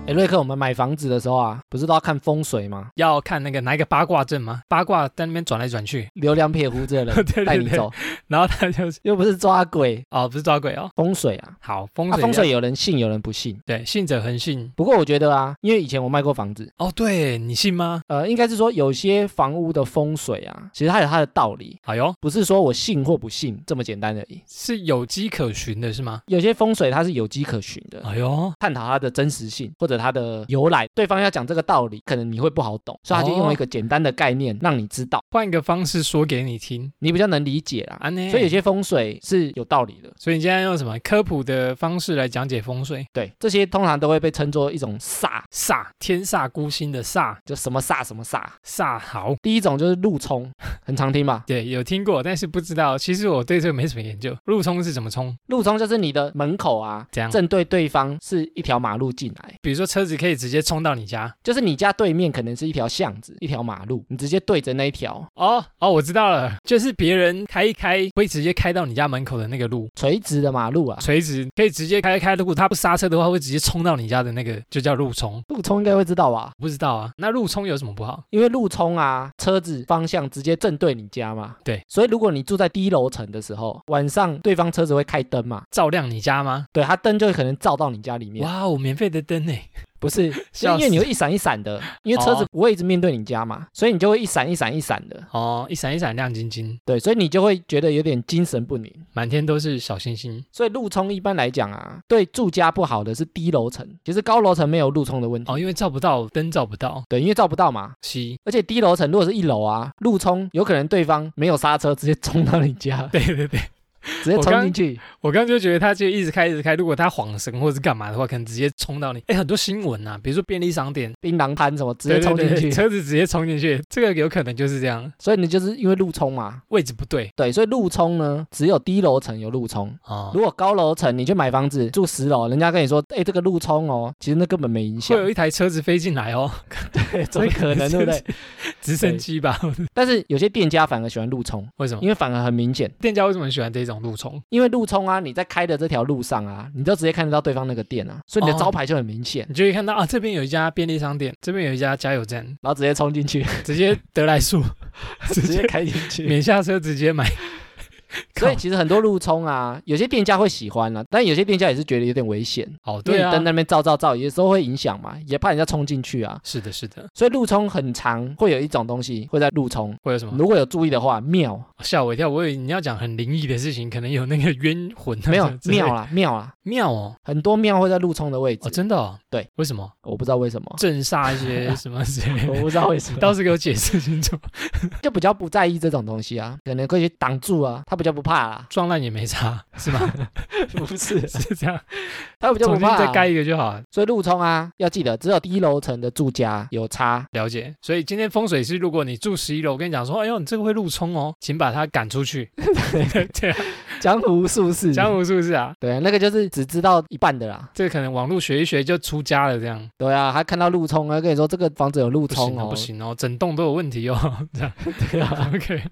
B: 哎，瑞克，我们买房子的时候啊，不是都要看风水吗？
A: 要看那个拿一个八卦阵吗？八卦在那边转来转去，
B: 流两撇胡子的人
A: 对
B: 带
A: 对
B: 你
A: 对
B: 走，，
A: 然后他就是
B: 又不是抓鬼，
A: 哦，不是抓鬼哦，
B: 风水啊。
A: 好风
B: 啊，
A: 水、
B: 风水有人信，有人不信。
A: 对信者恒信
B: 不过我觉得啊，因为以前我卖过房子，
A: 哦，对你信吗？
B: 呃，应该是说有些房屋的风水啊，其实它有它的道理，
A: 好哟，
B: 不是说我信或不信这么简单而已。
A: 哎是有迹可循的是吗？
B: 有些风水它是有迹可循的，
A: 哎呦，
B: 探讨它的真实性或者它的由来。对方要讲这个道理，可能你会不好懂，所以他就用一个简单的概念让你知道，
A: 换一个方式说给你听
B: 你比较能理解啦。
A: 啊呢，
B: 所以有些风水是有道理的，
A: 所以你今天用什么科普的方式来讲解风水？
B: 对，这些通常都会被称作一种煞，
A: 煞，天煞孤星的煞，
B: 就什么煞什么煞。
A: 煞好。
B: 第一种就是路冲，很常听吧？
A: 对，有听过，但是不知道。其实我对这个没什么研究。路冲是怎么冲？
B: 路冲就是你的门口啊
A: 怎样，
B: 正对对方是一条马路进来，
A: 比如说车子可以直接冲到你家？
B: 就是你家对面可能是一条巷子，一条马路，你直接对着那一条
A: 哦哦，我知道了，就是别人开一开会直接开到你家门口的那个路，
B: 垂直的马路啊，
A: 垂直可以直接开开。如果他不刹车的话，会直接冲到你家的那个，就叫路冲。
B: 路冲应该会知道吧？
A: 不知道啊，那路冲有什么不好？
B: 因为路冲啊，车子方向直接正对你家嘛。
A: 对，
B: 所以如果你住在低楼层的时候，晚上对方车子会开灯嘛，
A: 照亮你家吗？
B: 对，它灯就可能照到你家里面。
A: 哇哦，免费的 灯呢？
B: 不是，是因
A: 笑
B: 为
A: 死
B: 你会一闪一闪的，因为车子
A: 哦
B: 不会一直面对你家嘛，所以你就会一闪一闪一闪的。
A: 哦，一闪一闪亮晶晶，
B: 对，所以你就会觉得有点精神不宁。
A: 满天都是小星星。
B: 所以路冲一般来讲啊，对住家不好的是低楼层，其实高楼层没有路冲的问题。
A: 哦，因为照不到灯，照不到
B: 对，因为照不到嘛。
A: 西。
B: 而且低楼层如果是一楼啊，路冲有可能对方没有刹车，直接冲到你家，
A: 对对对，
B: 直接
A: 我
B: 冲
A: 刚
B: 进去。
A: 我刚刚就觉得他就一直开一直开，如果他晃神或者是干嘛的话，可能直接冲到你。哎，很多新闻啊，比如说便利商店
B: 槟榔摊什么直接
A: 对对
B: 冲进去，
A: 对对车子直接冲进去，这个有可能就是这样，
B: 所以你就是因为路冲嘛，
A: 位置不对
B: 对，所以路冲呢只有低楼层有路冲。
A: 哦，
B: 如果高楼层你去买房子住十楼，人家跟你说，哎、这个路冲哦，其实那根本没影
A: 会
B: 响，
A: 有一台车子飞进来哦，
B: 怎么可能对不对？
A: 直升机吧？
B: 但是有些店家反而喜欢路冲，
A: 为什么
B: 因？为反而很明显，
A: 店家为什么喜欢这种路冲？
B: 因为路冲啊，你在开的这条路上啊，你就直接看得到对方那个店啊，所以你的
A: 哦
B: 招牌就很明显，
A: 你就会看到啊，这边有一家便利商店，这边有一家加油站，
B: 然后直接冲进去，
A: 直接得来 速，直
B: 直接
A: 接
B: 开进去。
A: 免下车直接买。
B: 所
A: 靠
B: 以其实很多路冲啊，有些店家会喜欢啊，但有些店家也是觉得有点危险，
A: 哦，
B: 因
A: 对
B: 为你
A: 啊
B: 灯，在那边照照照，有时候会影响嘛，也怕人家冲进去啊。
A: 是的，是的，
B: 所以路冲很长，会有一种东西会在路冲。
A: 会有什么？哦
B: 如果有注意的话，庙
A: 吓我一跳，我以为你要讲很灵异的事情，可能有那个冤魂啊。
B: 没有
A: 什么之类的
B: 庙啦，庙啦，
A: 庙哦，
B: 很多庙会在路冲的位置。
A: 哦，真的哦，
B: 对，
A: 为什么，
B: 我不知道为什么
A: 镇煞一 些什么之类
B: 我
A: 的？
B: 不知道为 什么，
A: 倒是给我解释清 楚，，
B: 就比较不在意这种东西啊，可能会去挡住啊，他比较不怕啦
A: 撞烂也没差，是吗？
B: 不是，
A: 是这样，
B: 他比较
A: 重
B: 不
A: 新
B: 怕、啊
A: 再盖。一个就好了。
B: 所以路冲啊，要记得只有低楼层的住家有差，
A: 了解，所以今天风水师，如果你住十一楼，我跟你讲说，哎呦，你这个会路冲哦，请把它赶出去。
B: 嗯
A: 对啊，
B: 江湖术士，
A: 江湖是不是啊？
B: 对啊，那个就是只知道一半的啦。
A: 这个可能网络学一学就出家了，这样
B: 对啊，还看到路冲啊，跟你说这个房子有路
A: 不行
B: 冲
A: 哦，
B: 哦，
A: 不。行哦，整栋都有问题哦， 这样
B: 对啊，
A: OK，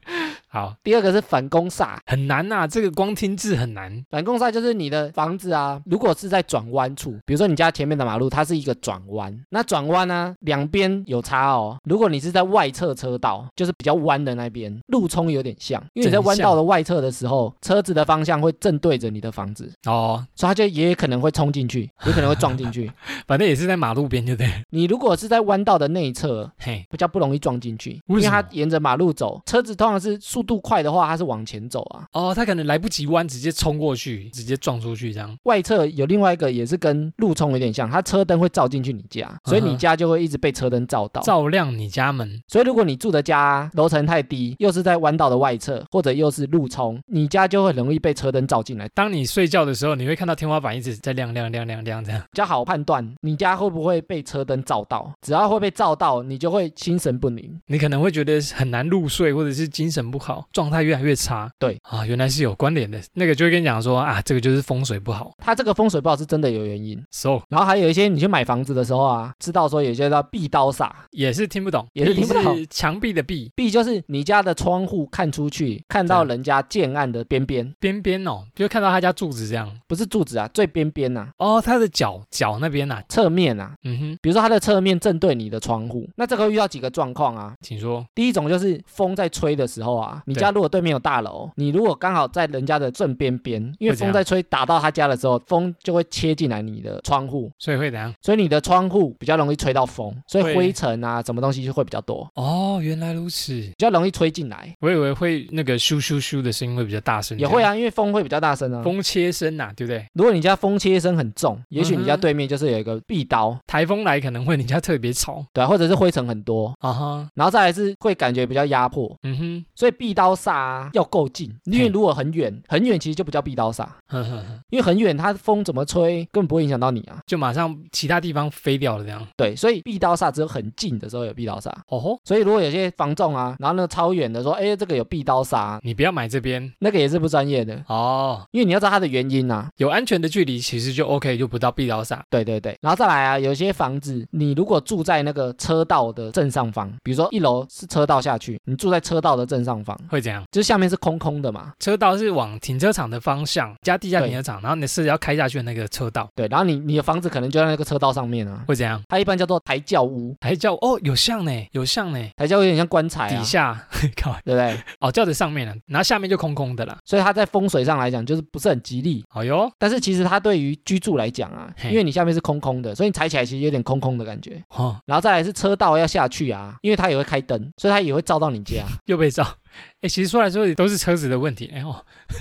A: 好，
B: 第二个是反攻煞，
A: 很难呐、啊这个光听字很难
B: 反攻煞就是你的房子啊，如果是在转弯处，比如说你家前面的马路，它是一个转弯，那转弯呢、两边有差哦。如果你是在外侧车道，就是比较弯的那边，路冲有点像，因为你在弯道的外侧的时候，车子的方向会正对着你的房子，
A: 哦，
B: 所以它就也可能会冲进去，也可能会撞进去。
A: 反正也是在马路边，对不对？
B: 你如果是在弯道的内侧，
A: 嘿，
B: 比较不容易撞进去，因
A: 为
B: 为
A: 什么
B: 它沿着马路走，车子通常是速度快的话，它是往前走啊。
A: 哦，他可能来不及弯，直接冲过去，直接撞出去这样。
B: 外侧有另外一个也是跟路冲有点像，它车灯会照进去你家，所以你家就会一直被车灯照到。
A: 嗯照亮你家门，
B: 所以如果你住的家楼层太低，又是在弯道的外侧，或者又是路冲，你家就会很容易被车灯照进来，比
A: 当你睡觉的时候，你会看到天花板一直在亮亮亮亮亮这样。
B: 较好判断你家会不会被车灯照到。只要会被照到，你就会心神不宁。
A: 你可能会觉得很难入睡，或者是精神不好，状态越来越差。
B: 对
A: 啊，原来是有关联的。那个就会跟你讲说啊，这个就是风水不好。
B: 它这个风水不好是真的有原因。
A: So
B: 然后还有一些你去买房子的时候啊，知道说有些叫壁刀煞，
A: 也是听不懂，
B: 也是听不懂
A: 壁墙壁的壁
B: 壁就是你家的窗户看出去，看到
A: 对啊
B: 人家建案的边边，
A: 边边哦，就看到他家柱子这样。
B: 不是柱子啊，最边边呐、啊，
A: 哦，他的脚脚那边呐、啊，
B: 侧面啊，
A: 嗯哼，
B: 比如说它的侧面正对你的窗户，那这个会遇到几个状况啊？
A: 请说。
B: 第一种就是风在吹的时候啊，你家如果对面有大楼，你如果刚好在人家的正边边，因为
A: 会怎
B: 风
A: 样
B: 在吹打到他家的时候，风就会切进来你的窗户，
A: 所以会怎样？
B: 所以你的窗户比较容易吹到风，所以
A: 会
B: 灰尘啊什么东西就会比较多，
A: 哦，原来如此。
B: 比较容易吹进来。
A: 我以为会那个咻咻咻的声音会比较大声，
B: 也会
A: 啊，
B: 啊，因为风会比较大声啊。
A: 风切声呐、对不对？
B: 如果你家风切声很重，也许你家
A: 嗯哼
B: 对面就是有一个壁刀，
A: 台风来可能会人家特别吵
B: 对啊、或者是灰尘很多，
A: 啊哈，
B: 然后再来是会感觉比较压迫，
A: 嗯哼，
B: 所以避刀煞、啊、要够近，因为
A: 嘿
B: 如果很远，很远其实就不叫避刀煞，
A: 呵呵呵，
B: 因为很远它风怎么吹根本不会影响到你啊。
A: 就马上其他地方飞掉了这样。
B: 对，所以避刀煞只有很近的时候有避刀煞。
A: 哦吼，
B: 所以如果有些房仲啊，然后那个超远的说，哎，这个有避刀煞啊，
A: 你不要买这边，
B: 那个也是不专专业的，
A: 哦，
B: 因为你要知道它的原因呐、啊
A: 有安全的距离其实就 OK，就不到必要撒。
B: 对对对，然后再来啊，有些房子你如果住在那个车道的正上方，比如说一楼是车道下去，你住在车道的正上方，
A: 会怎样？
B: 就是下面是空空的嘛。
A: 车道是往停车场的方向加地下
B: 对
A: 停车场，然后你是要开下去的那个车道，
B: 对，然后你你的房子可能就在那个车道上面啊，
A: 会怎样？
B: 它一般叫做抬轿屋，
A: 还叫哦，有像呢，有像呢，
B: 抬轿屋有点像棺材啊
A: 底，下 靠
B: 对不对？
A: 哦，轿子上面了，然后下面就空空的哎啦。
B: 所以它在风水上来讲就是不是很吉利。
A: 好哟，
B: 但是其实它对于居住来讲啊，
A: 嘿
B: 因为你下面是空空的，所以你踩起来其实有点空空的感觉。
A: 哦，
B: 然后再来是车道要下去啊，因为它也会开灯，所以它也会照到你 家。
A: 又被照。哎，其实说来说去都是车子的问题，哎哦，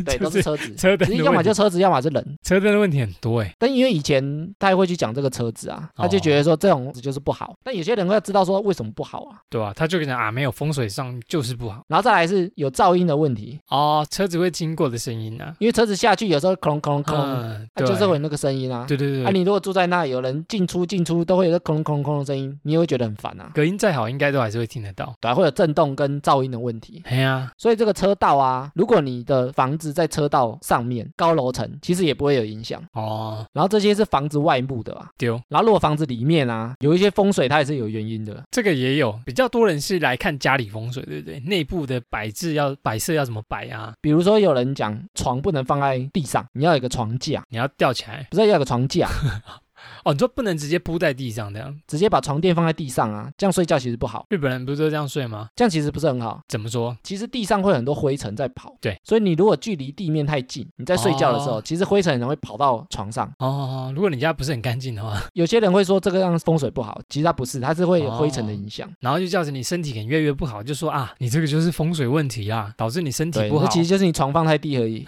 B: 对，
A: 就
B: 都是车子，
A: 车灯
B: 其
A: 的
B: 实要么
A: 问题
B: 就，车子，要么是人。
A: 车灯的问题很多哎。
B: 但因为以前他也会去讲这个车子啊，他就
A: 哦
B: 觉得说这种就是不好。但有些人会知道说为什么不好啊，
A: 对吧、他就讲啊，没有风水上就是不好
B: 然后再来是有噪音的问题，
A: 哦，车子会经过的声音啊，
B: 因为车子下去有时候哐隆哐隆哐隆，
A: 嗯，
B: 它
A: 对，
B: 就是会有那个声音啊。
A: 对对
B: 啊，
A: 对，
B: 你如果住在那，有人进出进出都会有那哐隆哐隆哐隆的声音，你也会觉得很烦啊。
A: 隔音再好，应该都还是会听得到。
B: 对啊，会有震动跟噪音的问题。
A: 哎呀，
B: 所以这个车道啊，如果你的房子在车道上面高楼层，其实也不会有影响。
A: 哦，
B: 然后这些是房子外部的啊，
A: 丢，
B: 然后如果房子里面啊，有一些风水它也是有原因的。
A: 这个也有比较多人是来看家里风水，对不对？内部的摆置要摆设要怎么摆啊？
B: 比如说有人讲床不能放在地上，你要有个床架，
A: 你要吊起来
B: 不是要有个 床架，
A: 哦，你说不能直接铺在地上这样，
B: 直接把床垫放在地上啊，这样睡觉其实不好，
A: 日本人不是都这样睡吗？
B: 这样其实不是很好。
A: 怎么说？
B: 其实地上会有很多灰尘在跑，
A: 对，
B: 所以你如果距离地面太近，你在睡觉的时候，
A: 哦
B: 其实灰尘很容易跑到床上。
A: 哦，如果你家不是很干净的话，
B: 有些人会说这个让风水不好，其实它不是，它是会有灰尘的影响。
A: 然后就造成你身体可能越来越不好，就说啊，你这个就是风水问题啦，导致你身体
B: 对，
A: 不好
B: 那。其实就是你床放太低 而已。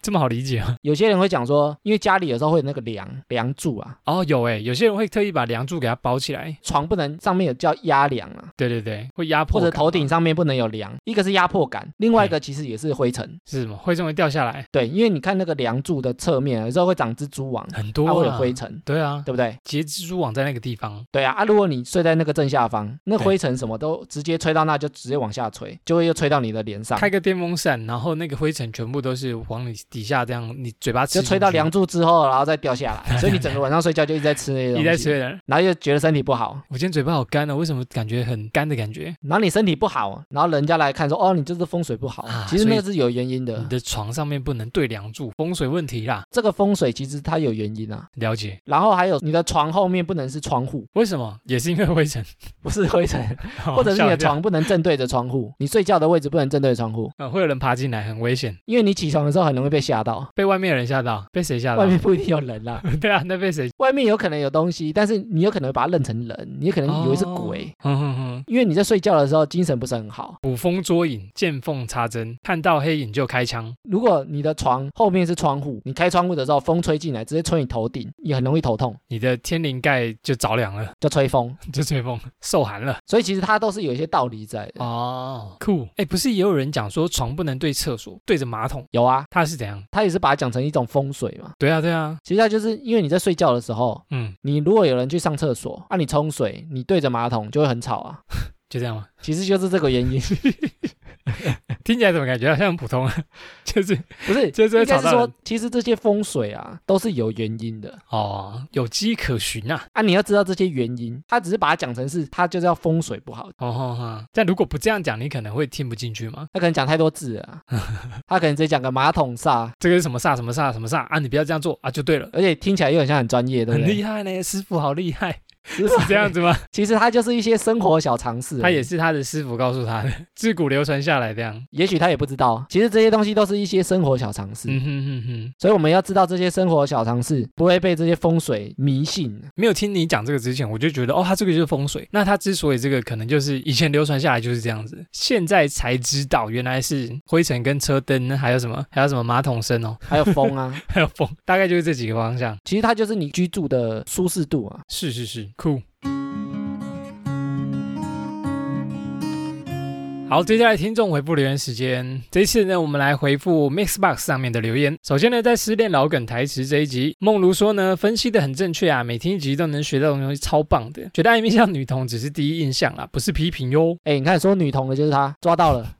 A: 这么好理解啊？
B: 有些人会讲说，因为家里有时候会有那个梁梁柱啊，
A: 哦，有诶，有些人会特意把梁柱给它包起来，
B: 床不能上面有叫压梁啊，
A: 对对对，会压迫
B: 或者
A: 感啊
B: 头顶
A: 嘛
B: 上面不能有梁，一个是压迫感，另外一个其实也是灰尘。
A: 是什么？会容易掉下来，
B: 对，因为你看那个梁柱的侧面，有时候会长蜘蛛网，
A: 很
B: 它
A: 多
B: 会
A: 啊
B: 有灰尘，
A: 对啊，
B: 对不对？
A: 结蜘蛛网在那个地方，
B: 对啊，啊，如果你睡在那个正下方，那
A: 对
B: 灰尘什么都直接吹到那，就直接往下吹，就会又吹到你的脸上，
A: 开个电风扇，然后那个灰尘全部都是往你底下这样，你嘴巴吃
B: 就吹到梁，柱之后，然后再掉下来，所以你整个晚上睡觉就一直在 吃那些
A: 你
B: 东
A: 在
B: 西，
A: 吹人。
B: 然后又觉得身体不好，
A: 我今天嘴巴好干哦，为什么感觉很干的感觉？
B: 然后你身体不好，然后人家来看说，哦，你就是风水不好
A: 啊，
B: 其实
A: 所以嗯
B: 那个是有原因
A: 你
B: 的。
A: 的床上面不能对梁柱，风水问题啦。
B: 这个风水其实它有原因啊，
A: 了解，
B: 然后还有你的床后面不能是窗户，
A: 为什么？也是因为灰尘，
B: 不是灰尘，或者是
A: 哦吓
B: 你的
A: 我一跳，
B: 床不能正对着窗户，你睡觉的位置不能正对着窗户，
A: 呃，会有人爬进来，很危险，
B: 因为你起床的时候很容易被吓到，
A: 被外面的人吓到，被谁吓到
B: 外？面不一定有人啦，
A: 对啊，那被谁？
B: 外面有可能有东西，但是你有可能把它认成人，哎你有可能以为是
A: 哦
B: 鬼。
A: 哼哼哼，
B: 因为你在睡觉的时候精神不是很好，
A: 捕风捉影，见缝插针，看到黑影就开枪。
B: 如果你的床后面是窗户，你开窗户的时候风吹进来，直接吹你头顶，也很容易头痛，
A: 你的天灵盖就着凉了，
B: 叫吹风。
A: 就吹风，受寒了。
B: 所以其实它都是有一些道理在的。
A: 哦，酷！哎，不是也有人讲说床不能对厕所，对着马桶，
B: 有啊，
A: 它是怎样？
B: 它也是把它讲成一种风水嘛。
A: 对啊，对啊，
B: 其实它就是因为你在睡觉的时候，
A: 嗯，
B: 你如果有人去上厕所，啊，你冲水，你对着马桶就会很吵啊。
A: 就这样吗？
B: 其实就是这个原因，
A: 听起来怎么感觉好像很普通啊？ 就是
B: 不是？
A: 就是
B: 应
A: 会
B: 该
A: 吵
B: 是
A: 到
B: 说
A: 人，
B: 其实这些风水啊都是有原因的
A: 哦，有迹可循啊。
B: 啊。你要知道这些原因，他只是把它讲成是他就是要风水不好，
A: 哦哈哈，但如果不这样讲，你可能会听不进去嘛。
B: 他可能讲太多字了 啊、他可能直接讲个马桶煞，
A: 这个是什么煞什么煞什么煞啊？你不要这样做啊，就对了。
B: 而且听起来又很像很专业，对不
A: 很
B: 对？
A: 厉害呢，师傅好厉害，
B: 是
A: 是这样。子吗？
B: 其实他就是一些生活小常识，
A: 他也。是他的师傅告诉他的，自古流传下来这样。
B: 也许他也不知道，其实这些东西都是一些生活小常识，
A: 嗯哼哼哼，
B: 所以我们要知道这些生活小常识，不会被这些风水迷信。
A: 没有听你讲这个之前，我就觉得哦，他这个就是风水。那他之所以这个，可能就是以前流传下来就是这样子，现在才知道原来是灰尘跟车灯，还有什么，还有什么马桶声哦，
B: 还有风啊，
A: 还有风，大概就是这几个方向。
B: 其实它就是你居住的舒适度啊。
A: 是是是，酷。好，接下来听众回复留言时间。这一次呢，我们来回复 Mixbox 上面的留言。首先呢，在失恋老梗台词这一集，梦如说呢，分析的很正确啊，每听一集都能学到东西，超棒的。觉得艾米像女童只是第一印象啦，不是批评哟。
B: 哎，你看说女童的就是他抓到了，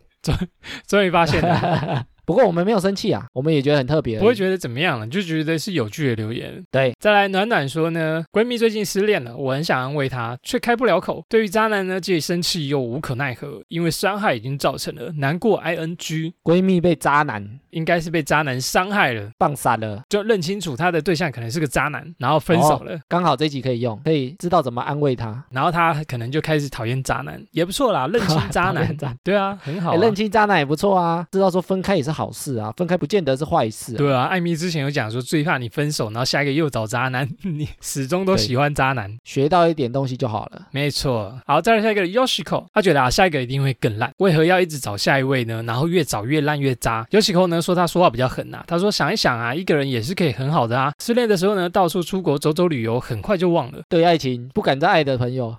A: 终于发现了，
B: 不过我们没有生气啊，我们也觉得很特别而已。
A: 不会觉得怎么样了，就觉得是有趣的留言。
B: 对，
A: 再来暖暖说呢，闺蜜最近失恋了，我很想安慰她，却开不了口。对于渣男呢，既生气又无可奈何，因为伤害已经造成了，难过 ing，
B: 闺蜜被渣男
A: 应该是被渣男伤害了，
B: 棒散了，
A: 就认清楚她的对象可能是个渣男，然后分手了。
B: 刚好这集可以用，可以知道怎么安慰他。
A: 然后她可能就开始讨厌渣男，也不错啦，认清渣
B: 讨
A: 男
B: 厌，渣
A: 对啊，很好啊、
B: 哎认清渣男也不错啊，知道说分开也是好事啊，分开不见得是坏事、啊。
A: 对啊，艾米之前有讲说，最怕你分手，然后下一个又找渣男， 你始终都
B: 对
A: 喜欢渣男。
B: 学到一点东西就好了。
A: 没错，好，再来下一个 Yoshiko，他觉得啊，下一个一定会更烂，为何要一直找下一位呢？然后越找越烂越渣。Yoshiko 呢说他说话比较狠啊，他说想一想啊，一个人也是可以很好的啊。失恋的时候呢，到处出国走走旅游，很快就忘 了，
B: 对爱情不敢再爱的朋友，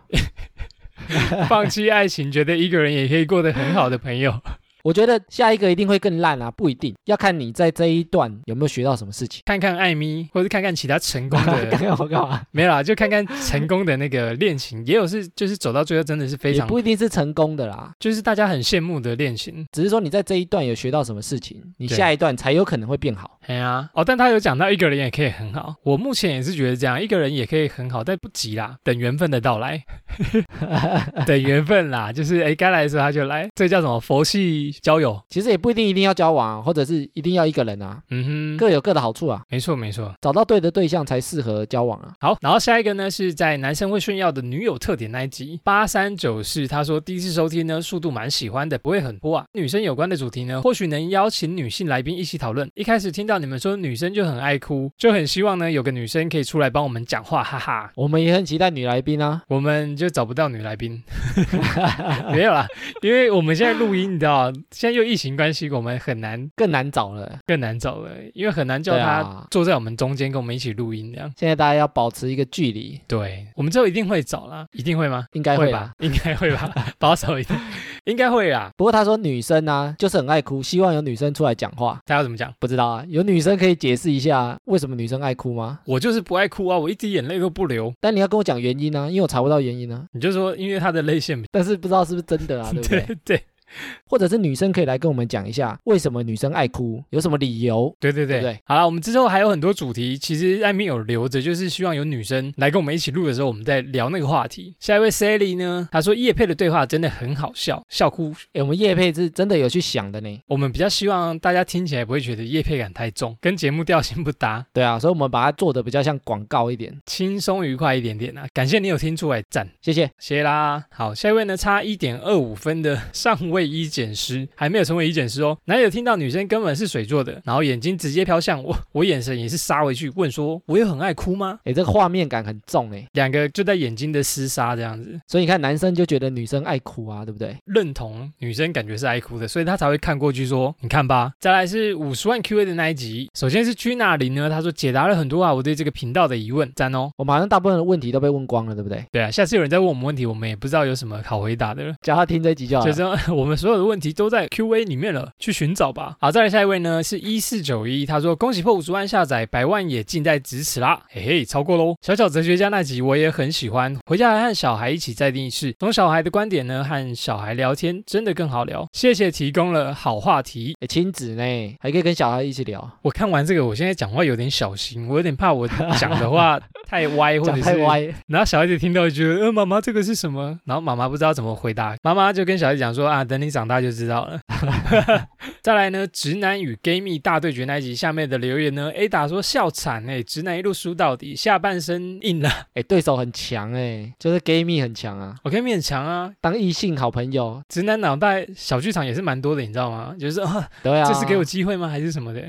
A: 放弃爱情，觉得一个人也可以过得很好的朋友，
B: 我觉得下一个一定会更烂啊，不一定要看你在这一段有没有学到什么事情。
A: 看看艾米，或是看看其他成功
B: 刚
A: 的。
B: 刚我 干嘛？
A: 没有啦，就看看成功的那个恋情，也有是就是走到最后真的是非
B: 也
A: 常
B: 不一定是成功的啦，
A: 就是大家很羡慕的恋情。
B: 只是说你在这一段有学到什么事情，你
A: 对
B: 下一段才有可能会变好。
A: 哎呀、哦，但他有讲到一个人也可以很好，我目前也是觉得这样，一个人也可以很好，但不急啦，等缘分的到来，等缘分啦，就是哎该来的时候他就来，这叫什么佛系交友？
B: 其实也不一定一定要交往，啊或者是一定要一个人啊，
A: 嗯哼，
B: 各有各的好处啊，
A: 没错没错。
B: 找到对的对象才适合交往啊。
A: 好，然后下一个呢是在男生会炫耀的女友特点那一集八三九四，他说第一次收听呢速度蛮喜欢的，不会很拖啊。女生有关的主题呢，或许能邀请女性来宾一起讨论。一开始听到你们说女生就很爱哭，就很希望呢有个女生可以出来帮我们讲话，哈哈。
B: 我们也很期待女来宾啊，
A: 我们就找不到女来宾， 没有啦，因为我们现在录音，你知道，现在又疫情关系，我们很难
B: 更难找了。
A: 更难找了，因为很难叫
B: 对
A: 她
B: 啊
A: 坐在我们中间跟我们一起录音这样。
B: 现在大家要保持一个距离，
A: 对，我们之后一定会找啦，一定会吗？
B: 应该
A: 会
B: 会吧
A: 吧？，应该会吧， 保守一点，应该会啦。
B: 不过他说女生啊，就是很爱哭，希望有女生出来讲话。
A: 他要怎么讲？
B: 不知道啊，有女生可以解释一下为什么女生爱哭吗？
A: 我就是不爱哭啊，我一滴眼泪都不流。
B: 但你要跟我讲原因啊，因为我查不到原因啊。
A: 你就说，因为她的泪腺，
B: 但是不知道是不是真的啊，对不对？
A: 对 对
B: 或者是女生可以来跟我们讲一下，为什么女生爱哭，有什么理由？
A: 对对对
B: 对不对
A: 好了，我们之后还有很多主题，其实艾米有留着，就是希望有女生来跟我们一起录的时候，我们再聊那个话题。下一位 Sally 呢，她说叶佩的对话真的很好笑，笑哭。
B: 哎，我们叶配是真的有去想的呢。
A: 我们比较希望大家听起来不会觉得叶佩感太重，跟节目调性不搭，
B: 对啊，所以我们把它做的比较像广告一点。
A: 轻松愉快一点点啊。感谢你有听出来，赞。
B: 谢谢。
A: 谢啦。好，下一位呢，差一点二五分的上位医检师，还没有成为医检师哦。男友听到女生根本是水做的，然后眼睛直接飘向我，我眼神也是杀回去，问说：“我有很爱哭吗
B: 哎，这个画面感很重哎，？”
A: 两个就在眼睛的厮杀这样子，
B: 所以你看男生就觉得女生爱哭啊，对不对？
A: 认同女生感觉是爱哭的，所以他才会看过去说：“你看吧。”再来是五十万 Q A 的那一集，首先是居那林呢，他说解答了很多啊我对这个频道的疑问，赞哦。
B: 我们好像大部分的问题都被问光了，对不对？
A: 对啊，下次有人再问我们问题，我们也不知道有什么好回答的了。
B: 叫他听这集就好
A: 就
B: 了。
A: 这样， 我们所有的问题都在 Q&A 里面了，去寻找吧。好，再来下一位呢，是一四九一，他说恭喜破五十万下载，百万也近在咫尺啦，嘿嘿，超过喽。小小哲学家那集我也很喜欢，回家还和小孩一起再定一次，从小孩的观点呢和小孩聊天，真的更好聊。谢谢提供了好话题。
B: 哎，亲子呢，还可以跟小孩一起聊，
A: 我看完这个，我现在讲话有点小心，我有点怕我讲的话 太歪，或者
B: 讲
A: 是
B: 太歪，
A: 然后小孩子听到就觉得，呃，妈妈这个是什么？然后妈妈不知道怎么回答，妈妈就跟小孩子讲说啊，等你长大就知道 了。 再来呢，直男与 gay 蜜大对决那一集下面的留言呢，Ada 说笑惨哎、直男一路输到底，下半身硬了，
B: 哎，对手很强哎，就是 gay 蜜很强啊。
A: 我可以勉强啊。
B: 当异性好朋友，
A: 直男脑袋小剧场也是蛮多的，你知道吗？就是啊，
B: 对啊，
A: 这是给我机会吗？还是什么 的？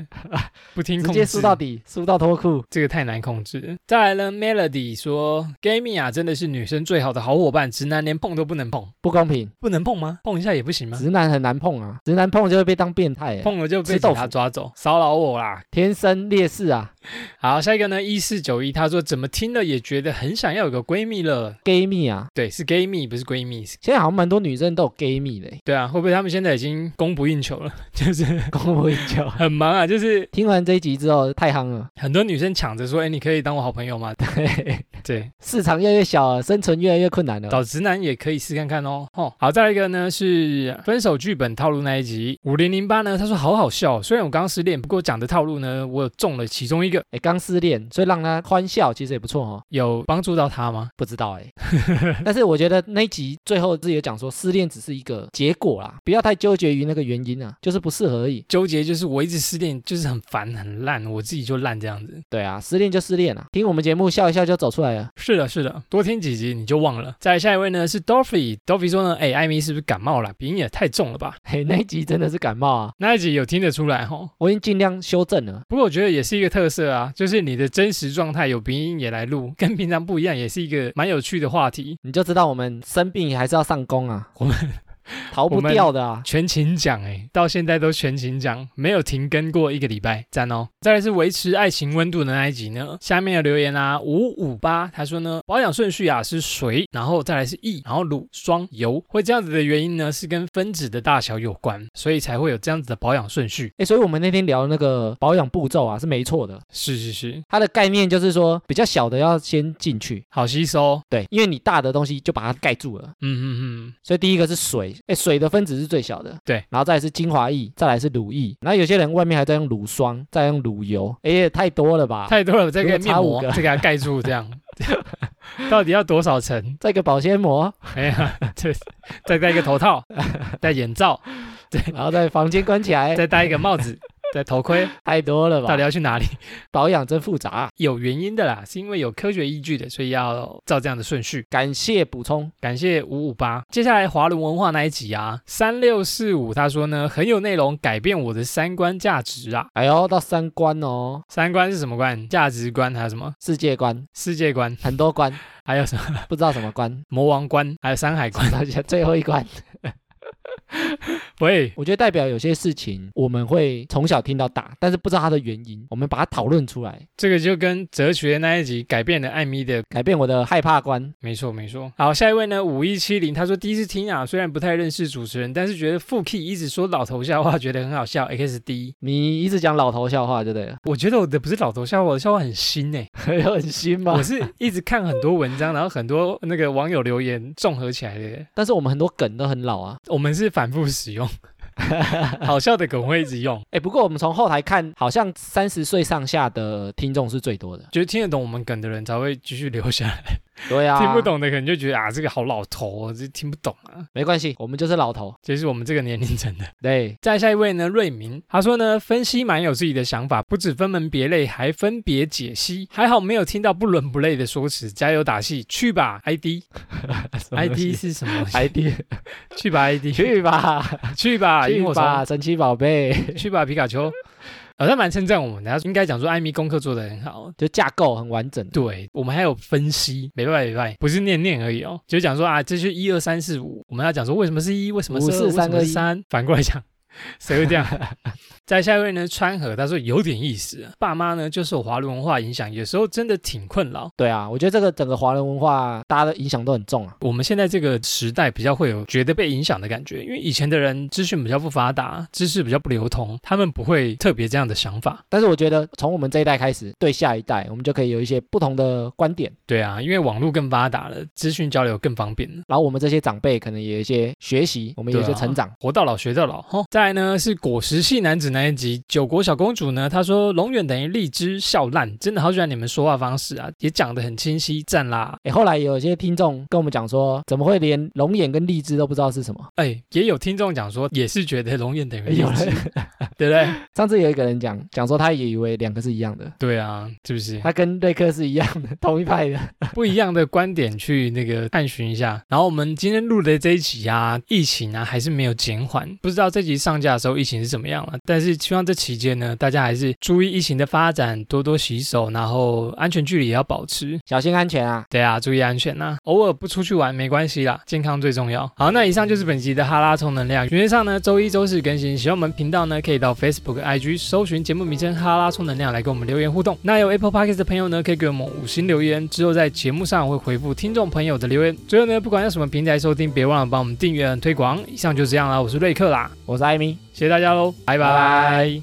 A: 不听
B: 直
A: 控
B: 接
A: 制，
B: 输到底，输到脱裤。
A: 这个太难控制了。再来呢，Melody 说 gay 蜜啊真的是女生最好的好伙伴，直男连碰都不能碰，
B: 不公平，
A: 不能碰吗？碰一下也不行吗？
B: 直男很难碰啊，直男碰就会被当变态欸，
A: 碰了就被
B: 吃豆
A: 警
B: 腐
A: 察抓走，骚扰我啦！
B: 天生劣势啊，
A: 好，下一个呢，一四九一，他说怎么听了也觉得很想要有个闺蜜了。
B: gay 蜜啊，
A: 对，是 gay 蜜，不是闺蜜。
B: 现在好像蛮多女生都有 gay 蜜 的欸，
A: 对啊，会不会他们现在已经供不应求了？ 就是
B: 供不应求。
A: 很忙啊，就是
B: 听完这一集之后太夯了，
A: 很多女生抢着说，哎，你可以当我好朋友吗？
B: 对，
A: 对，
B: 市场越来越小了，生存越来越困难了。
A: 找直男也可以试看看哦。哦，好，再来一个呢是分手剧本套路那一集五零零八呢，他说好好笑哦，虽然我刚失恋，不过讲的套路呢，我有中了其中一个，
B: 哎，刚失恋，所以让他欢笑其实也不错哦。
A: 有帮助到他吗？
B: 不知道哎、 但是我觉得那一集最后自己有讲说，失恋只是一个结果啦，不要太纠结于那个原因啊，就是不适合而已。
A: 纠结就是我一直失恋，就是很烦很烂，我自己就烂这样子。
B: 对啊，失恋就失恋啊，听我们节目笑一笑就走出来了。
A: 是的，是的，多听几集你就忘了。再来下一位呢是 Dorothy，Dorothy 说呢，哎，艾米是不是感冒了？鼻音也太重了吧？
B: 嘿，那一集真的是感冒啊，
A: 那一集有听得出来哈、哦。
B: 我已经尽量修正了。
A: 不过我觉得也是一个特色啊，就是你的真实状态有鼻音也来录，跟平常不一样，也是一个蛮有趣的话题。
B: 你就知道我们生病还是要上工啊，
A: 我们
B: 逃不掉的啊。
A: 全勤奖哎，到现在都全勤奖，没有停更过一个礼拜，赞哦。再来是维持爱情温度的那一集呢，下面有留言啊，五五八他说呢，保养顺序啊是水，然后再来是液，然后乳霜油，会这样子的原因呢是跟分子的大小有关，所以才会有这样子的保养顺序。
B: 哎，所以我们那天聊那个保养步骤啊，是没错的。
A: 是是是，
B: 它的概念就是说，比较小的要先进去，
A: 好吸收。
B: 对，因为你大的东西就把它盖住了。
A: 嗯嗯嗯，
B: 所以第一个是水，哎，水的分子是最小的，
A: 对，
B: 然后再来是精华液，再来是乳液，然后有些人外面还在用乳霜，再用乳油，哎，也太多了吧？
A: 太多了，再给面
B: 如
A: 膜
B: 果差五个
A: 再给它盖住，这 样到底要多少层？
B: 再一个保鲜膜，
A: 哎呀，这再戴一个头套，戴眼罩，
B: 然后在房间关起来，
A: 再戴一个帽子，戴头盔，
B: 太多了
A: 到
B: 吧
A: 底？要去哪里？
B: 保养真复杂啊。
A: 有原因的啦，是因为有科学依据的，所以要照这样的顺序。
B: 感谢补充，
A: 感谢五五八。接下来华伦文化那一集啊，三六四五他说呢很有内容，改变我的三观价值啊。
B: 哎呦，到三观哦，
A: 三观是什么观？价值观还有什么
B: 世界观
A: 世界观，
B: 很 多观，
A: 还有什么，
B: 不知道什么观
A: 魔王观，还有山海观。
B: 而且最后一关，
A: 喂，
B: 我觉得代表有些事情我们会从小听到大，但是不知道它的原因，我们把它讨论出来，
A: 这个就跟哲学那一集改变了艾米的
B: 改变我的害怕观。
A: 没错，没错。好，下一位呢，五一七零，他说第一次听啊，虽然不太认识主持人，但是觉得副 key 一直说老头笑话，觉得很好笑。XD，
B: 你一直讲老头笑话就对了，
A: 我觉得我的不是老头笑话，我的笑话很新诶、
B: 有很新吗
A: 我？是一直看很多文章，然后很多那个网友留言综合起来的。
B: 但是我们很多梗都很老啊。
A: 我们是反复使用，好笑的梗会一直用，
B: 哎，不过我们从后台看，好像三十岁上下的听众是最多的。
A: 觉得听得懂我们梗的人才会继续留下来，
B: 对啊，
A: 听不懂的可能就觉得啊，这个好老头、哦，这听不懂啊。
B: 没关系，我们就是老头。
A: 这是我们这个年龄层的。
B: 对，
A: 再下一位呢，瑞明，他说呢，分析蛮有自己的想法，不止分门别类，还分别解析。还好没有听到不伦不类的说辞，加油打气，去吧，ID
B: 么东
A: ID
B: 西
A: 是什么东 西？
B: ID
A: 去吧，ID
B: 去吧，
A: 去吧，
B: 去
A: 萤火
B: 吧，
A: 虫，
B: 神奇宝贝。
A: 去吧，皮卡丘。好像蛮称赞我们的，他应该讲说艾米功课做得很好。
B: 就架构很完整。
A: 对我们还有分析，没办法，没办法，不是念念而已哦，就讲说啊，这是一二三四五，我们要讲说为什么是一，为什么是
B: 五四三二一
A: 三，反过来讲，谁会这样？再下一位呢，川河他说有点意思啊，爸妈呢就受华伦文化影响，有时候真的挺困扰。
B: 对啊，我觉得这个整个华人文化，大家的影响都很重啊。
A: 我们现在这个时代比较会有觉得被影响的感觉，因为以前的人资讯比较不发达，知识比较不流通，他们不会特别这样的想法。
B: 但是我觉得从我们这一代开始，对下一代，我们就可以有一些不同的观点，
A: 对啊，因为网络更发达了，资讯交流更方便了。
B: 然后我们这些长辈可能也有一些学习，我们有一些
A: 对啊
B: 成长。
A: 活到老学到老哈。再来呢是果实系男子那一集，九国小公主呢，她说龙远等于荔枝笑烂，真的好喜欢你们说话方式啊，也讲得很清晰，赞啦！
B: 哎、后来有一些听众跟我们讲说，怎么会连龙眼跟荔枝都不知道是什么？
A: 哎，也有听众讲说，也是觉得龙远等于
B: 哎
A: 荔
B: 有
A: 枝
B: 人，
A: 对不对？
B: 上次有一个人讲讲说，他也以为两个是一样的，
A: 对啊，是不是？
B: 他跟瑞克是一样的，同一派的。
A: 不一样的观点去那个探寻一下。然后我们今天录的这一集啊，疫情啊还是没有减缓，不知道这集上架的时候疫情是怎么样了。但是希望这期间呢，大家还是注意疫情的发展，多多洗手，然后安全距离也要保持。
B: 小心安全啊！
A: 对啊，注意安全呐、偶尔不出去玩没关系啦，健康最重要。好，那以上就是本集的哈拉充能量。原则上呢，周一、周四更新。喜欢我们频道呢，可以到到 Facebook、IG 搜寻节目名称“哈拉充能量”来跟我们留言互动。那有 Apple Podcast 的朋友呢，可以给我们五星留言，之后在节目上会回复听众朋友的留言。最后呢，不管在什么平台收听，别忘了帮我们订阅、推广。以上就这样啦，我是瑞克啦，
B: 我是艾米。
A: 谢谢大家喽，拜拜